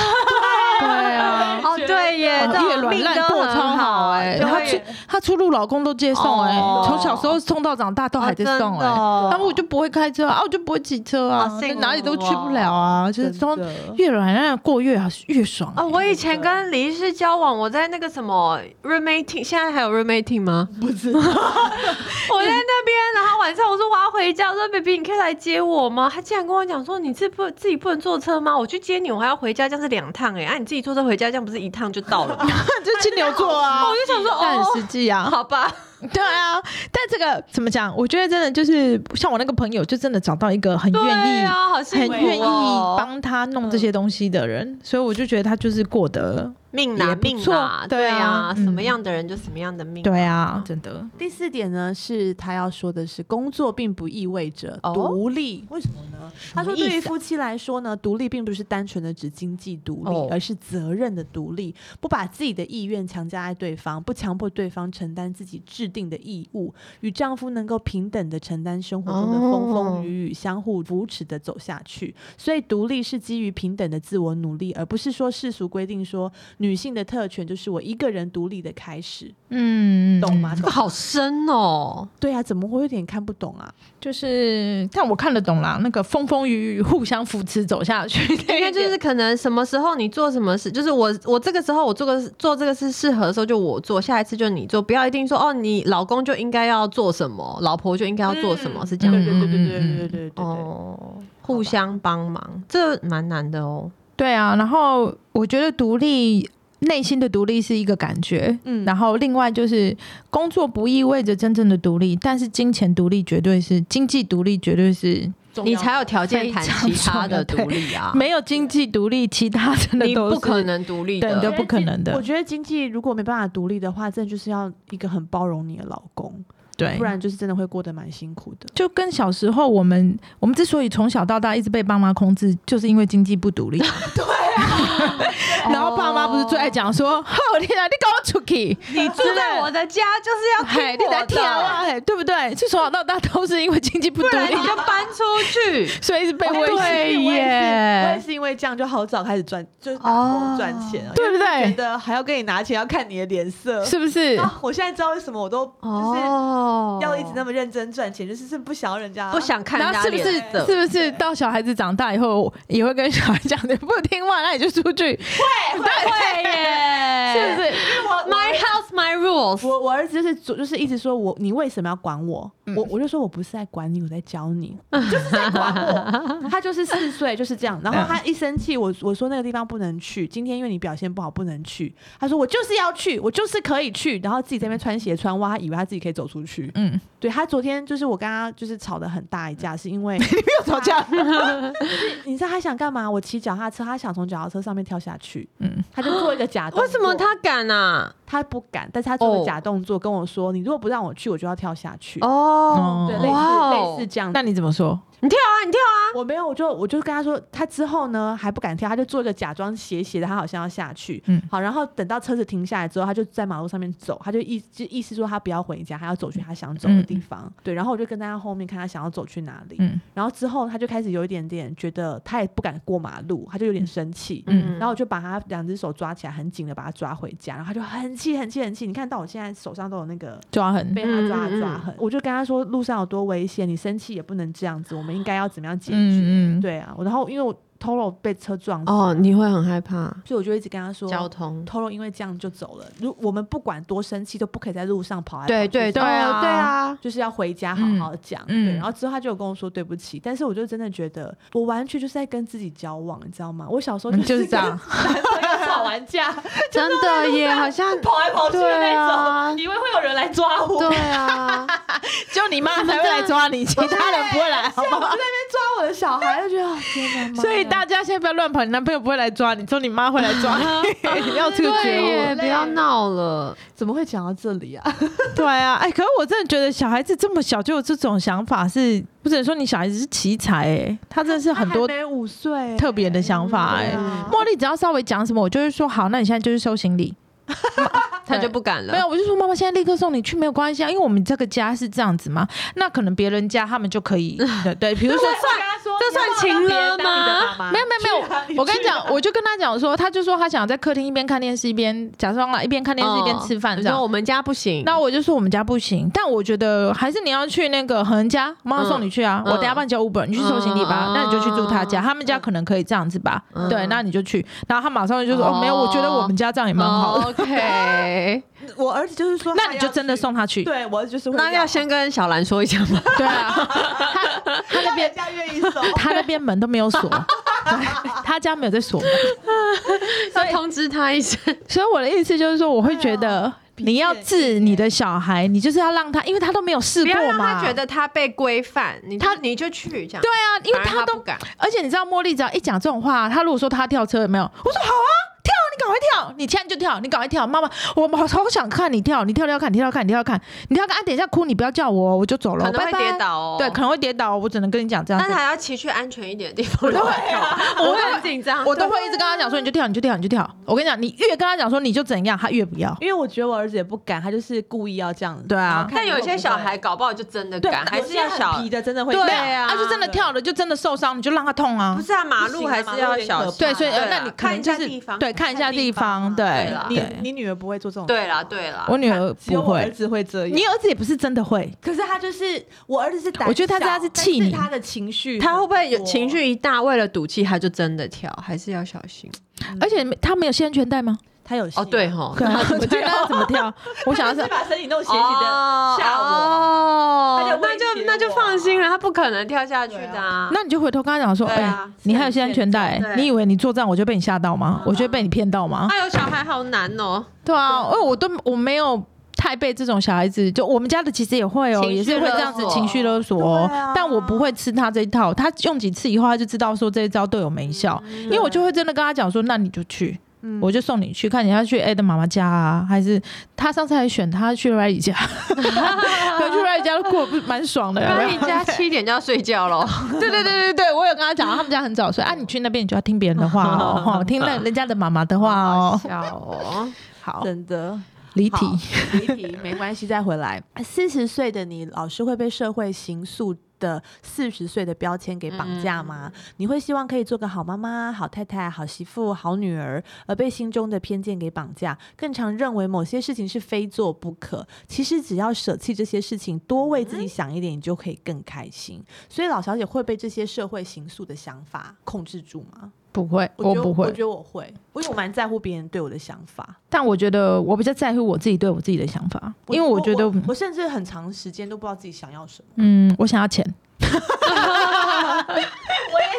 S3: 对啊，
S4: 哦，对耶，
S3: 哦
S4: 这种
S3: 越软
S4: 命
S3: 烂
S4: 都
S3: 过
S4: 很
S3: 超好哎、
S4: 对
S3: 他去他出入老公都接送哎、
S4: 哦
S3: 从、小时候送到长大都还在送哎、
S4: 然
S3: 然后我就不会开车啊，我就不会骑车啊
S4: 好，
S3: 就
S4: 幸
S3: 哪里都去
S4: 福哦哦
S3: 不了啊，就是
S1: 真
S3: 说
S1: 的
S3: 越软烂过越越爽、
S4: 啊，我以前跟李医师交往，我在那个什么 roommating，现在还有 roommating 吗？不知 道。我在那边，然后晚上我说我要回家，我说 baby 你可以来接我吗？他竟然跟欸我讲说你自不自己不能坐车吗？我去接你，我还要回家，这样是两趟哎、啊你自己坐车回家，这样不是一一趟就到了吧，
S3: 就金牛座 啊，我就想说，但很实际啊，
S4: 哦好吧？
S3: 对啊，但这个怎么讲？我觉得真的就是像我那个朋友，就真的找到一个很愿意、
S4: 啊，好
S3: 很
S4: 幸福
S3: 愿意
S4: 哦
S3: 帮他弄这些东西的人，所以我就觉得他就是过得
S4: 命拿
S3: 也不
S4: 命拿，
S3: 错
S4: 对
S3: 对
S4: 啊
S3: 啊，
S4: 什
S3: 嗯
S4: 么样的人就什么样的命，
S3: 对啊，真的
S1: 第四点呢，是他要说的是，工作并不意味着
S4: 哦
S1: 独立。为什么呢？他说，
S3: 意思啊
S1: 对于夫妻来说呢，独立并不是单纯的指经济独立，
S4: 哦
S1: 而是责任的独立，不把自己的意愿强加在对方，不强迫对方承担自己制定的义务，与丈夫能够平等的承担生活中的风风雨雨，相互扶持的走下去。所以，独立是基于平等的自我努力，而不是说世俗规定说女性的特权就是我一个人独立的开始，
S3: 嗯，
S1: 懂吗？
S4: 这个好深哦，
S1: 对啊，怎么会有点看不懂啊？
S3: 就是，但我看得懂啦，那个风风雨雨互相扶持走下去，
S4: 因为就是可能什么时候你做什么事，就是我我这个时候我做个做这个事适合的时候就我做，下一次就你做，不要一定说哦你老公就应该要做什么，老婆就应该要做什
S3: 嗯
S4: 么，是这样
S1: 对
S4: 吗嗯
S1: 对嗯对对对对对对对对。
S4: 哦，互相帮忙，这蛮难的哦。
S3: 对啊。然后我觉得独立，内心的独立是一个感觉，
S1: 嗯
S3: 然后另外就是工作不意味着真正的独立，但是金钱独立绝对是经济独立，绝对是
S1: 重要
S4: 你才有条件谈其他的独立啊，
S3: 没有经济独立，其他真的
S4: 你
S3: 都是
S4: 不可能独立
S3: 对你
S4: 的
S3: 都。不可能的
S1: 我觉得经济如果没办法独立的话，真的就是要一个很包容你的老公，
S4: 哎
S3: 对，
S1: 不然就是真的会过得蛮辛苦的。
S3: 就跟小时候我们我们之所以从小到大一直被爸妈控制，就是因为经济不独立。 对啊，然后爸妈不是最爱讲说：“哦天啊，你跟我出去，
S4: 你住在我的家就是
S3: 嘿，
S4: 要
S3: 你
S4: 听
S3: 在
S4: 我
S3: 跳
S4: 的，
S3: 啊，嘿对不对？”就从小到大都是因为经济不
S4: 不
S3: 独
S4: 然
S3: 立
S4: 你，就搬出 去。
S3: 所以一直
S4: 哎
S3: 被威
S1: 哎
S3: 胁。
S1: 我也是，我也是因为这样就好早开始赚，就是
S4: 哦
S1: 打工赚钱了，
S3: 对不
S1: 因为
S3: 对
S1: 觉？得还要跟你拿钱，要看你的脸色。
S3: 是不是？
S1: 啊，我现在知道为什么我都就是
S4: 哦
S1: 要一直那么认真赚钱，就是是不想要人家啊
S4: 不想看人
S3: 然后是
S4: 家
S3: 不是
S4: 脸色
S3: 是不是到小孩子长大以后也会跟小孩讲你不听话，那你就出去，
S4: 会耶，
S3: 是不是？
S4: My house, my rules。
S1: 我我儿子就是主就是一直说我你为什么要管我？
S4: 嗯
S1: 我我就说我不是在管你，我在教你，你就是在管 我。他就是四岁就是这样，然
S4: 嗯
S1: 后他一生气，我我说那个地方不能去，今天因为你表现不好不能去。他说我就是要去，我就是可以去，然后自己在那边穿鞋穿袜，他以为他自己可以走出去。
S3: 嗯，
S1: 对他昨天就是我跟他就是吵得很大一架，是 因为
S3: 又吵 架。
S1: 你知道他想干嘛？我骑脚踏车，他想从脚踏车上面跳下去，
S3: 嗯，
S1: 他就做一个假动作。
S4: 为什么他敢啊？
S1: 他不敢，但是他做
S4: 哦
S1: 个假动作跟我说：“你如果不让我去，我就要跳下去。”
S4: 哦，
S1: 对，
S3: 哦
S1: 类似、
S4: 哇哦
S1: 类似这样。
S3: 那你怎么说？
S4: 你跳啊，你跳啊！
S1: 我没有，我就我就跟他说，他之后呢还不敢跳，他就做一个假装斜斜的，他好像要下去。
S3: 嗯
S1: 好，然后等到车子停下来之后，他就在马路上面走，他就意就意思说他不要回家，他要走去他想走的地方。
S4: 嗯
S1: 对，然后我就跟在他后面看他想要走去哪里。
S3: 嗯
S1: 然后之后他就开始有一点点觉得他也不敢过马路，他就有点生气。
S4: 嗯
S1: 然后我就把他两只手抓起来，很紧的把他抓回家，然后他就很气很气很气。你看到我现在手上都有那个
S3: 抓痕。
S1: 被他抓
S4: 嗯嗯嗯
S1: 抓痕，我就跟他说路上有多危险，你生气也不能这样子，我们应该要怎么样解决？
S3: 嗯嗯，
S1: 对啊，我然后因为我 Toro 被车撞死，
S4: 哦，你会很害怕
S1: 所以我就一直跟他说
S4: 交通。
S1: ，Toro 因为这样就走了，如我们不管多生气，都不可以在路上跑来跑
S3: 对
S1: 去
S3: 对对
S4: 哦
S3: 啊，
S4: 对啊，
S1: 就是要回家好好讲，
S3: 嗯
S1: 对。
S3: 嗯
S1: 然后之后他就有跟我说对不起，但是我就真的觉得我完全就是在跟自己交往，你知道吗？我小时候
S3: 嗯就是
S1: 是
S3: 这样，
S1: 吵完架
S2: 啊
S4: 真的耶，好像
S1: 跑来跑去的
S4: 对
S1: 那
S4: 啊
S1: 种，以为会有人来抓我，
S4: 对啊，
S3: 就你妈才会来抓你，其他人不会来，好
S1: 我
S3: 不
S1: 就在那
S3: 好？
S1: 边抓我的小孩，就觉得哦天哪！妈呀
S3: 所以大家现在不要乱跑，你男朋友不会来抓你，只有你妈会来 抓你，要这个
S4: 对啊
S3: 觉
S4: 耶，
S3: 悟。
S4: 不要闹了。
S1: 怎么会讲到这里啊？
S3: 对啊，哎，可是我真的觉得小孩子这么小就有这种想法是，不只能说你小孩子是奇才哎，他真的是很多
S1: 他还没五岁，
S3: 特别的想法
S1: 对
S3: 哎。
S1: 啊
S3: 茉莉只要稍微讲什么，我就会说好，那你现在就是收行李。
S4: 他就不敢
S1: 啊
S4: 了。
S3: 没有，我就说妈妈现在立刻送你去，没有关系啊，因为我们这个家是这样子嘛。那可能别人家他们就可以，对对，比如说
S1: 算跟他说，
S4: 这算情勒吗
S1: 没
S3: 没
S1: 有
S3: 有没有没有，我跟你讲，我就跟他讲说，他就说他想在客厅一边看电视一边假装啦，一边看电视一边吃饭
S4: 你
S2: 哦
S3: 这样
S4: 哦说。我们家不行，
S3: 那我就说我们家不行，但我觉得还是你要去那个恒家，妈妈送你去啊。
S4: 嗯
S3: 我等下帮你叫 Uber，你去收行李吧。
S4: 嗯
S3: 那你就去住他家，他们家可能可以这样子吧。
S4: 嗯
S3: 对，那你就去。然后他马上就说：“
S4: 哦
S3: 哦，没有，我觉得我们家这样也蛮好的。
S4: 哦 OK，
S1: 我儿子就是说，
S3: 那你就真的送他去。
S1: 对我儿子就是会
S4: 那要先跟小 兰说一下吗？
S3: 对啊，他他那边
S1: 人家愿意收，
S3: 他那边门都没有锁，他家没有在锁门，
S4: 要通知他一声。
S3: 所以我的意思就是说，我会觉
S2: 啊
S3: 得你要治你的小孩，你就是要让他，因为他都没有试
S2: 不
S3: 过
S2: 要让
S3: 嘛。
S2: 他觉得他被规范，你
S3: 他
S2: 他你就去这样。
S3: 对啊，因为
S2: 反而
S3: 他
S2: 他
S3: 都
S2: 不敢
S3: 而且你知道，茉莉只要一讲这种话，她如果说她跳车有没有？我说好啊，跳，你赶快跳，你现在就跳，你赶快跳，妈妈，我好好想看你跳，你跳跳看，你跳跳看，你跳跳看，你跳看，啊，等一下哭，你不要叫我哦，我就走了，
S2: 可能会
S3: 拜拜
S2: 跌倒哦
S3: 对，可能会跌倒，我只能跟你讲这样
S4: 啊
S2: 但
S3: 子
S2: 是。还要骑去安全一点的地方。我
S3: 都会
S2: 我会很紧张，
S3: 我都会一直跟他讲说，你就跳，你就跳，你就跳。我跟你讲，你越跟他讲说你就怎样，他越不要。
S1: 因为我觉得我儿子也不敢，他就是故意要这样。
S3: 对啊
S1: 然后看
S2: 但有
S1: 会不
S2: 些
S1: 会
S2: 小孩搞不好就真的敢，还是要
S1: 有些
S2: 小
S1: 很皮的，真的会
S2: 对
S1: 啊
S2: 啊
S3: 他就真的跳了，就真的受伤，你就让他痛啊
S2: 不。是啊，马路
S1: 不行啊
S2: 还是要小心。
S3: 对，所以呃
S2: 对啊
S3: 那你可
S2: 看
S3: 能
S2: 一
S3: 就
S2: 下
S3: 是
S2: 地方，
S3: 对看一下
S2: 看
S3: 地
S2: 地
S3: 方，
S2: 方
S3: 对
S2: 对啦
S1: 你
S3: 对。
S1: 你女儿不会做这种，
S2: 对啦，对啦，
S3: 我女儿
S1: 只有
S3: 不
S1: 我儿
S3: 会，
S1: 子会这样。
S3: 呃你儿子也不是真的会，
S1: 可是他就是我儿子是胆小，
S3: 我觉得他
S1: 但
S3: 是
S1: 是
S3: 气你
S1: 他的情绪很多，
S4: 他会不会有情绪一大，为了赌气他就真的跳，还是要小心？
S3: 而且他没有系安全 带吗？
S1: 他有
S4: 哦，
S1: 戏
S4: 对， 吼，
S3: 对啊，我觉得要怎么 跳？我想
S1: 他
S3: 要
S1: 就是
S3: 是
S1: 把身体弄斜斜
S4: 哦
S1: 的吓我。
S4: 哦
S1: 他就
S4: 那
S1: 威胁
S4: 就那就
S1: 我
S4: 放心了，他不可能跳下去的啊。
S3: 那你就回头跟他讲说，
S4: 对
S3: 哎
S4: 啊，
S3: 你还有系安全带嗯
S4: 是很，对
S3: 你以为你作战我就被你吓到吗？我就被你骗到吗？
S4: 哎呦，小孩好难哦，
S3: 对啊，因为我都我没有太被这种小孩子，就我们家的其实也会哦，
S4: 情绪
S3: 也是会这样子
S4: 勒索
S3: 情绪勒索、哦
S1: 对啊
S3: 但我不会吃他这一套。他用几次以后，他就知道说这一招对我没效，因为我就会真的跟他讲说，那你就去。我就送你去看你要去 A 的妈妈家啊，还是他上次还选他去 Riley 家，可能去 Riley 家都过得不蛮爽 的。有没
S4: 那
S3: 有
S4: 一家七点就要睡觉喽。
S3: 对对对对对，我有跟他讲，他们家很早睡啊，你去那边你就要听别人的话哦， 吼听了人家的妈妈的话哦。
S4: 笑哦，
S3: 好，
S1: 真的
S3: 离题。
S1: 好离 题没关系，再回来。四十岁的你，老是会被社会刑诉的四十岁的标签给绑架吗？
S3: 嗯
S1: 你会希望可以做个好妈妈、好太太、好媳妇、好女儿，而被心中的偏见给绑架，更常认为某些事情是非做不可。其实只要舍弃这些事情，多为自己想一点，你就可以更开心。所以老小姐会被这些社会刑诉的想法控制住吗？
S3: 不会，
S1: 觉
S3: 我
S1: 得
S3: 不会
S1: 我觉。得我会，因为我蛮在乎别人对我的想法。
S3: 但我觉得我比较在乎我自己对我自己的想法，因为我觉得
S1: 我，我甚至很长时间都不知道自己想要什么。
S3: 嗯，我想要钱。
S1: 我也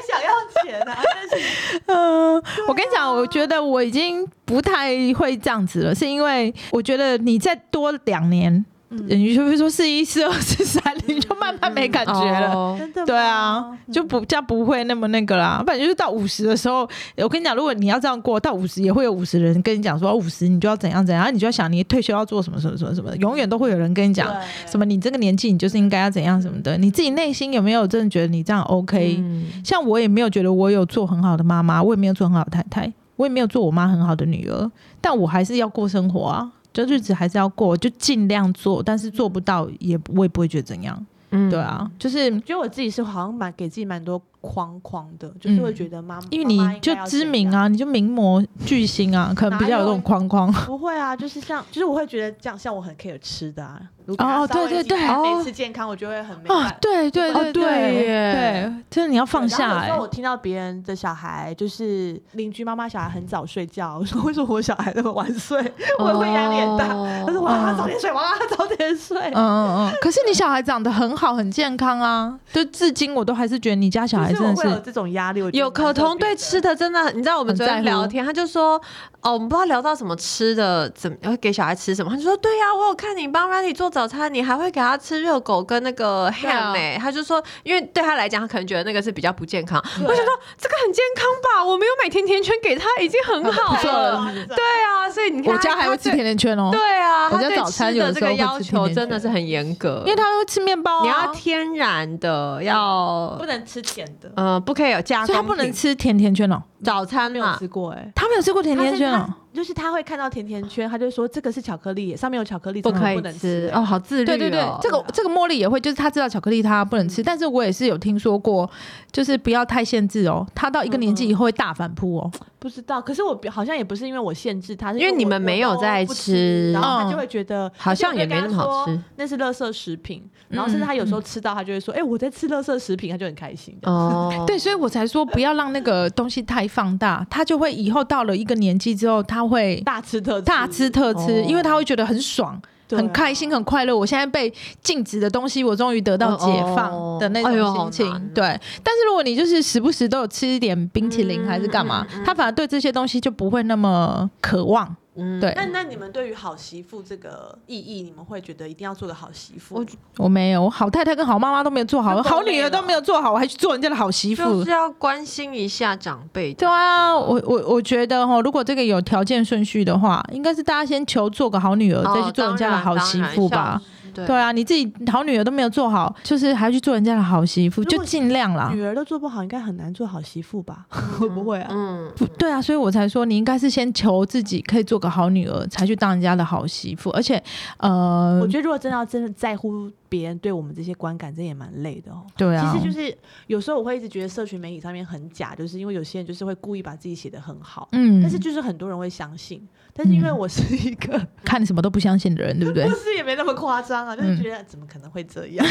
S1: 想要钱 啊，但是
S3: 嗯、我跟你讲，我觉得我已经不太会这样子了，是因为我觉得你再多两年，
S1: 嗯
S3: 你就会说四一、四二、四三，你就慢慢没感觉了。
S4: 哦
S1: 真的吗
S3: 对啊，
S1: 嗯
S3: 就不这样不会那么那个啦。反正就是到五十的时候，我跟你讲，如果你要这样过到五十，也会有五十人跟你讲说五十你就要怎样怎样，啊你就要想你退休要做什么什么什么什么，永远都会有人跟你讲
S1: 对
S3: 什么你这个年纪你就是应该要怎样什么的。你自己内心有没有真的觉得你这样 OK？、
S4: 嗯
S3: 像我也没有觉得我有做很好的妈妈，我也没有做很好的太太，我也没有做我妈很好的女儿，但我还是要过生活啊。这日子还是要过，就尽量做，但是做不到也我也不会觉得怎样，
S4: 嗯
S3: 对啊，就是
S1: 我觉得我自己是好像蛮给自己蛮多框框的，就是会觉得妈，
S3: 嗯因为
S1: 妈妈应
S3: 你
S1: 该
S3: 就
S1: 要
S3: 知
S1: 怎
S3: 名
S1: 样。
S3: 啊，你就名模巨星啊，可能比较有这种框框。
S1: 不会啊，就是像，就是我会觉得这样，像我很 care 吃的啊。如果
S3: 哦
S1: 他稍微
S3: 对对对
S1: 一
S4: 哦
S1: 没吃健康，我就会很没
S3: 哦
S1: 办法，。
S3: 对对
S4: 哦
S3: 对
S4: 对耶
S3: 对，就是你要放下
S1: 然后有
S3: 哎
S1: 时候，我听到别人的小孩，就是邻居妈妈小孩很早睡觉， 我说为什么我小孩那么晚睡， 我也会压力很大。
S4: 哦
S1: 他说我让他早点睡，我让他早点睡。
S3: 嗯嗯嗯。可是你小孩长得很好，很健康啊，就至今我都还是觉得你家小孩
S1: 就是
S3: 真
S1: 我
S3: 的
S1: 会有
S3: 是
S1: 这种压力。我觉得
S4: 有
S1: 蛮
S4: 可
S1: 特
S4: 彤
S1: 别
S4: 对吃的真的，你知道我们昨天
S3: 很在乎
S4: 聊天，他就说，哦，我们不知道聊到什么吃的，怎么会给小孩吃什么？他就说，对呀、啊我有看你帮 Randy 做早餐，你还会给他吃热狗跟那个 ham
S3: 啊
S4: 哎、他就说，因为对他来讲，他可能觉得那个是比较不健康。
S3: 啊
S4: 我想说，这个很健康吧？我没有买甜甜圈给他，已经很 好
S3: 不错了
S1: 对
S4: 对啊，所以你看
S3: 我
S4: 他
S3: 家还会吃。甜甜圈哦
S4: 他对，对啊，
S3: 我
S4: 他
S3: 家
S4: 对
S3: 早餐
S4: 吃
S3: 有
S4: 的
S3: 的
S4: 这
S3: 时候
S4: 个
S3: 会吃
S4: 要求
S3: 甜甜
S4: 真的是很严格，
S3: 因为他会吃面包啊，
S4: 你要天然的，要
S1: 不能吃甜的，
S4: 呃不可以有加
S3: 所
S4: 工
S3: 以
S4: 品，啊
S3: 他不能吃甜甜圈哦，
S4: 早餐
S1: 没有
S4: 嘛
S1: 吃，过哎。
S3: 他没有吃过甜甜圈
S1: 他是
S3: 哦
S1: 他。就是他会看到甜甜圈，他就说这个是巧克力耶，上面有巧克力，
S4: 不
S1: 这个
S4: 可以
S1: 不能
S4: 吃
S1: 哎
S4: 哦，好自律、
S3: 对
S4: 哦。
S3: 对对，这 个这个茉莉也会，就是她知道巧克力她不能吃，但是我也是有听说过，就是不要太限制哦。她到一个年纪以后会大反扑哦。
S1: 不知道。可是我好像也不是因为我限制他，是
S4: 因为你
S1: 我
S4: 们没有在
S1: 我都不
S4: 吃
S1: 然后
S3: 嗯
S1: 他就会觉得
S4: 好像也没那么好。
S1: 而且我会跟
S4: 吃嗯
S1: 他说那是垃圾食品，然后甚至他有时候吃到，他就会说：“哎，我在吃垃圾食品。”他就很开心。
S4: 哦
S3: 对，所以我才说不要让那个东西太放大，她就会以后到了一个年纪之后，她会
S1: 大吃特啊
S3: 大吃特吃，
S4: 哦
S3: 因为她会觉得很爽。
S1: 对啊
S3: 很开心、很快乐。我现在被禁止的东西，我终于得到解放的那
S4: 哦哎呦
S3: 种
S4: 好
S3: 心情。
S4: 难
S3: 对，但是如果你就是时不时都有吃一点冰淇淋还是干嘛，他反而对这些东西就不会那么渴望。
S4: 嗯
S3: 对
S1: 那那你们对于好媳妇这个意义，你们会觉得一定要做个好媳妇？
S4: 我
S3: 我没有，我好太太跟好妈妈都没有做好，
S1: 那
S3: 我
S1: 够累
S3: 好女儿都没有做好，我还去做人家的好媳妇。
S4: 就是要关心一下长辈。
S3: 对啊，我我我觉得哈，如果这个有条件顺序的话，应该是大家先求做个好女儿，
S4: 哦
S3: 再去做人家的好媳妇吧。
S4: 对
S3: 对啊，你自己好女儿都没有做好，就是还去做人家的好媳妇，
S1: 如果
S3: 就尽量啦。
S1: 女儿都做不好，应该很难做好媳妇吧？ 会不会啊？
S4: 嗯，
S3: 不对啊，所以我才说你应该是先求自己可以做个好女儿，才去当人家的好媳妇。而且，呃
S1: 我，觉得如果真的要真的在乎别人对我们这些观感，这也蛮累的哦。
S3: 对啊，
S1: 其实就是有时候我会一直觉得社群媒体上面很假，就是因为有些人就是会故意把自己写的很好，
S3: 嗯，
S1: 但是就是很多人会相信。但是因为
S3: 嗯
S1: 我是一个，
S3: 看什么都不相信的人，对不对
S1: 不？是也没那么夸张啊，就是觉得怎么可能会这样？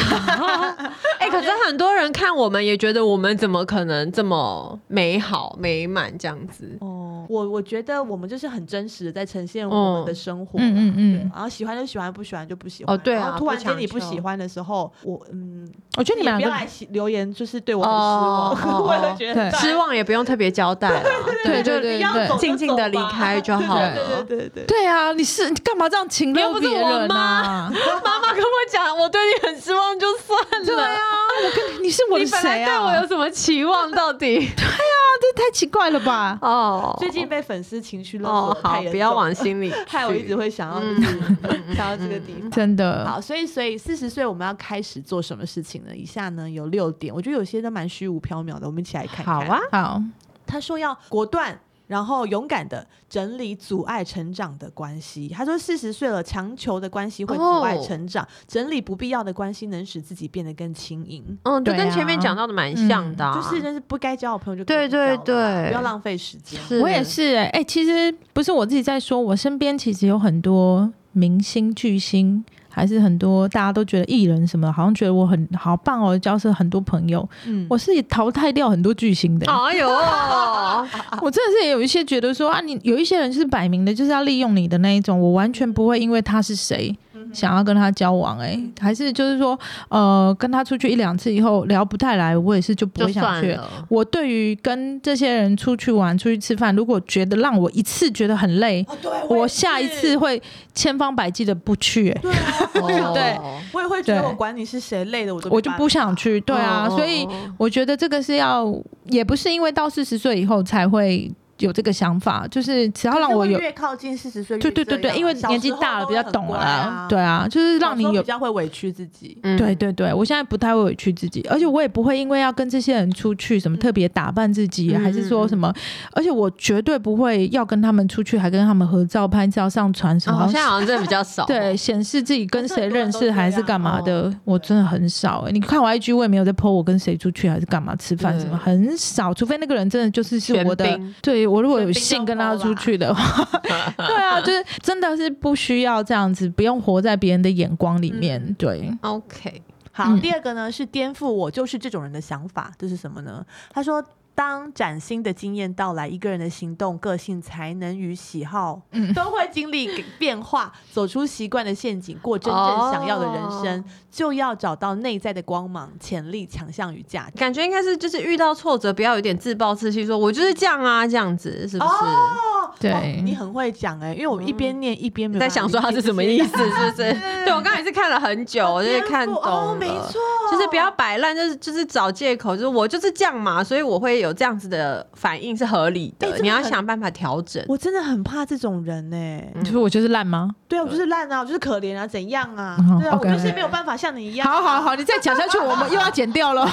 S4: 哎、可是很多人看我们也觉得我们怎么可能这么美好美满这样子？
S1: 哦，我我觉得我们就是很真实的在呈现我们
S4: 哦
S1: 的生活，啊
S3: 嗯嗯嗯，
S1: 然后喜欢就喜欢，不喜欢就不喜欢。
S4: 哦对啊
S1: 然后突然
S4: 不强
S1: 间你不
S4: 求
S1: 喜欢的时候，我嗯，
S3: 我觉得你们
S1: 也不要
S3: 两
S1: 来
S3: 个
S1: 喜留言，就是对我很失望，
S4: 哦 哦
S1: 我也会觉得很
S3: 对
S4: 失
S1: 大。
S4: 望也不用特别交 代啦，
S3: 对对
S1: 你
S3: 对
S1: 要
S3: 对
S1: 走就
S4: 静静的
S1: 走
S4: 离
S1: 吧
S4: 开就好
S1: 对对
S4: 了。
S1: 对对对。
S3: 对啊，你是你干嘛这样情
S4: 又
S3: 勒
S4: 不是
S3: 别
S4: 我
S3: 人啊？
S4: 妈妈跟我讲，我对你很失望就算
S3: 对
S4: 了，
S3: 啊，我跟你你是我的
S4: 你本
S3: 谁
S4: 来对
S3: 啊？
S4: 我有什么期望到 底？
S3: 这太奇怪了吧？
S4: 哦，
S1: 最近被粉丝情绪勒索
S4: 哦
S1: 得
S4: 好
S1: 太，严重了，
S4: 不要往 心里去。
S1: 害我一直会想要、
S4: 嗯嗯
S1: 想到这个地方。
S3: 真的，
S1: 好，所以所以四十岁我们要开始做什么事情呢？以下呢有六点，我觉得有些都蛮虚无缥缈的，我们一起来看看。
S4: 好啊，
S3: 好，
S1: 他说要果断，然后勇敢的整理阻碍成长的关系。他说四十岁了，强求的关系会阻碍
S4: 哦
S1: 成长，整理不必要的关系能使自己变得更轻盈。
S4: 嗯，就
S3: 对
S4: 跟
S3: 啊嗯
S4: 前面讲到的蛮像的啊，
S1: 就是真是不该交的朋友就
S4: 对
S1: 不要交
S4: 对
S1: 了吧
S4: 对
S1: 不要浪费时间。
S4: 是
S3: 我也是哎、哎，其实不是我自己在说，我身边其实有很多明星巨星，还是很多大家都觉得艺人什么，好像觉得我很好棒哦，交是很多朋友，
S1: 嗯，
S3: 我是淘汰掉很多巨星的、
S4: 哎呦，
S3: 我真的是有一些觉得说啊，你有一些人就是摆明的就是要利用你的那一种，我完全不会因为他是谁想要跟他交往、欸，哎，还是就是说，呃，跟他出去一两次以后聊不太来，我也是就不
S4: 就
S3: 会想
S4: 算
S3: 去。
S4: 了，
S3: 我对于跟这些人出去玩、出去吃饭，如果觉得让我一次觉得很累，
S1: 哦，对，
S3: 我
S1: 也
S3: 下一
S1: 是
S3: 次会千方百计的不去、欸
S1: 对啊，
S4: 对
S1: 我也会觉得
S3: 对
S1: 我管你是谁累的，我都
S3: 我就不想
S1: 去。
S3: 去。对啊，
S4: 哦
S3: 所以我觉得这个是要，也不是因为到四十岁以后才会有这个想法，就是只要让我有
S1: 可是会。越靠近四十岁越这
S3: 对
S1: 样，
S3: 对对对，因为年纪大了比较懂了啦，对
S1: 啊，
S3: 啊，就是让你
S1: 小时候
S3: 有
S1: 比较会委屈自己。
S4: 嗯
S3: 对对对，我现在不太会委屈自己，而且我也不会因为要跟这些人出去，
S1: 嗯
S3: 什么特别打扮自己，
S4: 嗯
S3: 还是说什么，而且我绝对不会要跟他们出去，还跟他们合照、拍照、上传什
S4: 哦
S3: 么，
S4: 好像好像真的比较 少，
S3: 对，显示自己跟谁认
S1: 哦很多人都这
S3: 识
S1: 样哦
S3: 还是干嘛的，我真的很少、欸。你看我 IG，我也没有在 po 我跟谁出去还是干嘛吃饭什么，
S4: 对
S3: 很少，除非那个人真的就是是
S4: 玄
S3: 我的
S4: 彬，
S3: 对我如果有
S1: 玄彬
S3: 幸
S1: 就
S3: 跟他
S1: po 啦
S3: 出去的话， 对啊，就是真的是不需要这样子，不用活在别人的眼光里面，
S1: 嗯
S3: 对。
S4: ，OK，
S1: 好，
S3: 嗯
S1: 第二个呢是颠覆我就是这种人的想法，这是什么呢？他说。当崭新的经验到来，一个人的行动、个性、才能与喜好，
S4: 嗯
S1: 都会经历变化，走出习惯的陷阱，过真正想要的人生，
S4: 哦
S1: 就要找到内在的光芒、潜力、强项与价值。
S4: 感觉应该是就是遇到挫折不要有点自暴自弃，说我就是这样啊，这样子是不是？
S1: 哦，
S3: 对
S1: 哦你很会讲哎、因为我一边念一边没
S4: 你
S1: 有
S4: 在
S1: 办法
S4: 想说他
S1: 理解
S4: 是什么意思，是不是？对我刚才是看了很久，我就是看懂
S1: 哦
S4: 了，
S1: 没错
S4: 就是不
S1: 哦
S4: 要摆烂，就是就是找借口，就是我就是这样嘛，所以我会有这样子的反应是合理
S1: 哎这
S4: 的，
S1: 个
S4: 你要
S1: 很
S4: 想办法调整。
S1: 我真的很怕这种人欸呢、
S3: 你说我就是烂吗？
S1: 对啊，我就是烂啊，我就是可怜啊，怎样啊？
S3: 嗯
S4: 哦
S1: 对啊，我
S3: OK
S1: 就是没有办法像你一样。
S3: 好好好，你再讲下去，我们又要剪掉了。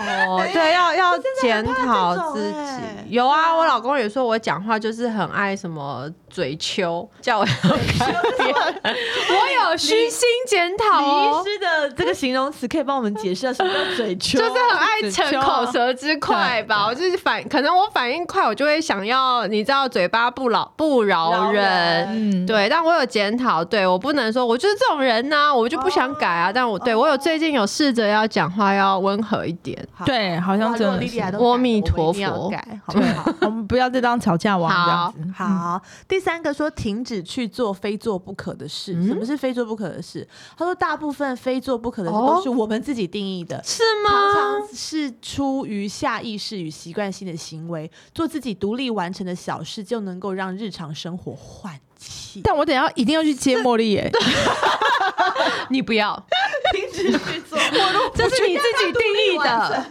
S4: 哦，对，要要检讨自
S1: 真的很怕这种欸
S4: 己。有啊，我老公也说我讲话就是很爱什么嘴丘，叫我要看别人。我有虚心检讨
S1: 李
S4: 哦
S1: 医，师的这个形容词可以帮我们解释一下什么叫嘴丘？
S4: 就是很爱逞口舌之快吧。我就是反，可能我反应快，我就会想要，你知道，嘴巴不饶不饶
S1: 饶人
S4: 人。
S3: 嗯，
S4: 对，但我有检讨，对我不能说我哦就是这种人呐、我就不想改啊。但我对我有最近有试着要讲话要温和一点，
S1: 好
S3: 对，好像
S1: 哇
S3: 真
S1: 如果
S3: 的
S1: 莉莉
S3: 是
S1: 亚。都
S4: 阿
S1: 改
S4: 弥
S1: 我们
S4: 陀
S1: 一定要
S4: 佛
S1: 改好不
S3: 对
S1: 好？，
S3: 我们不要再当吵架王这样
S4: 嗯
S3: 子。
S1: 好，第三个说停止去做非做不可的事。
S4: 嗯
S1: 什么是非做不可的事？他说，大部分非做不可的事
S4: 哦
S1: 都是我们自己定义的，
S4: 是
S1: 常
S4: 吗？
S1: 常是出于下意识与习惯性的行为。做自己独立完成的小事，就能够让日常生活换 气。
S3: 但我等一下一定要去接茉莉耶，
S4: 你不要，
S1: 停止去做，
S4: 这是你自己定义的。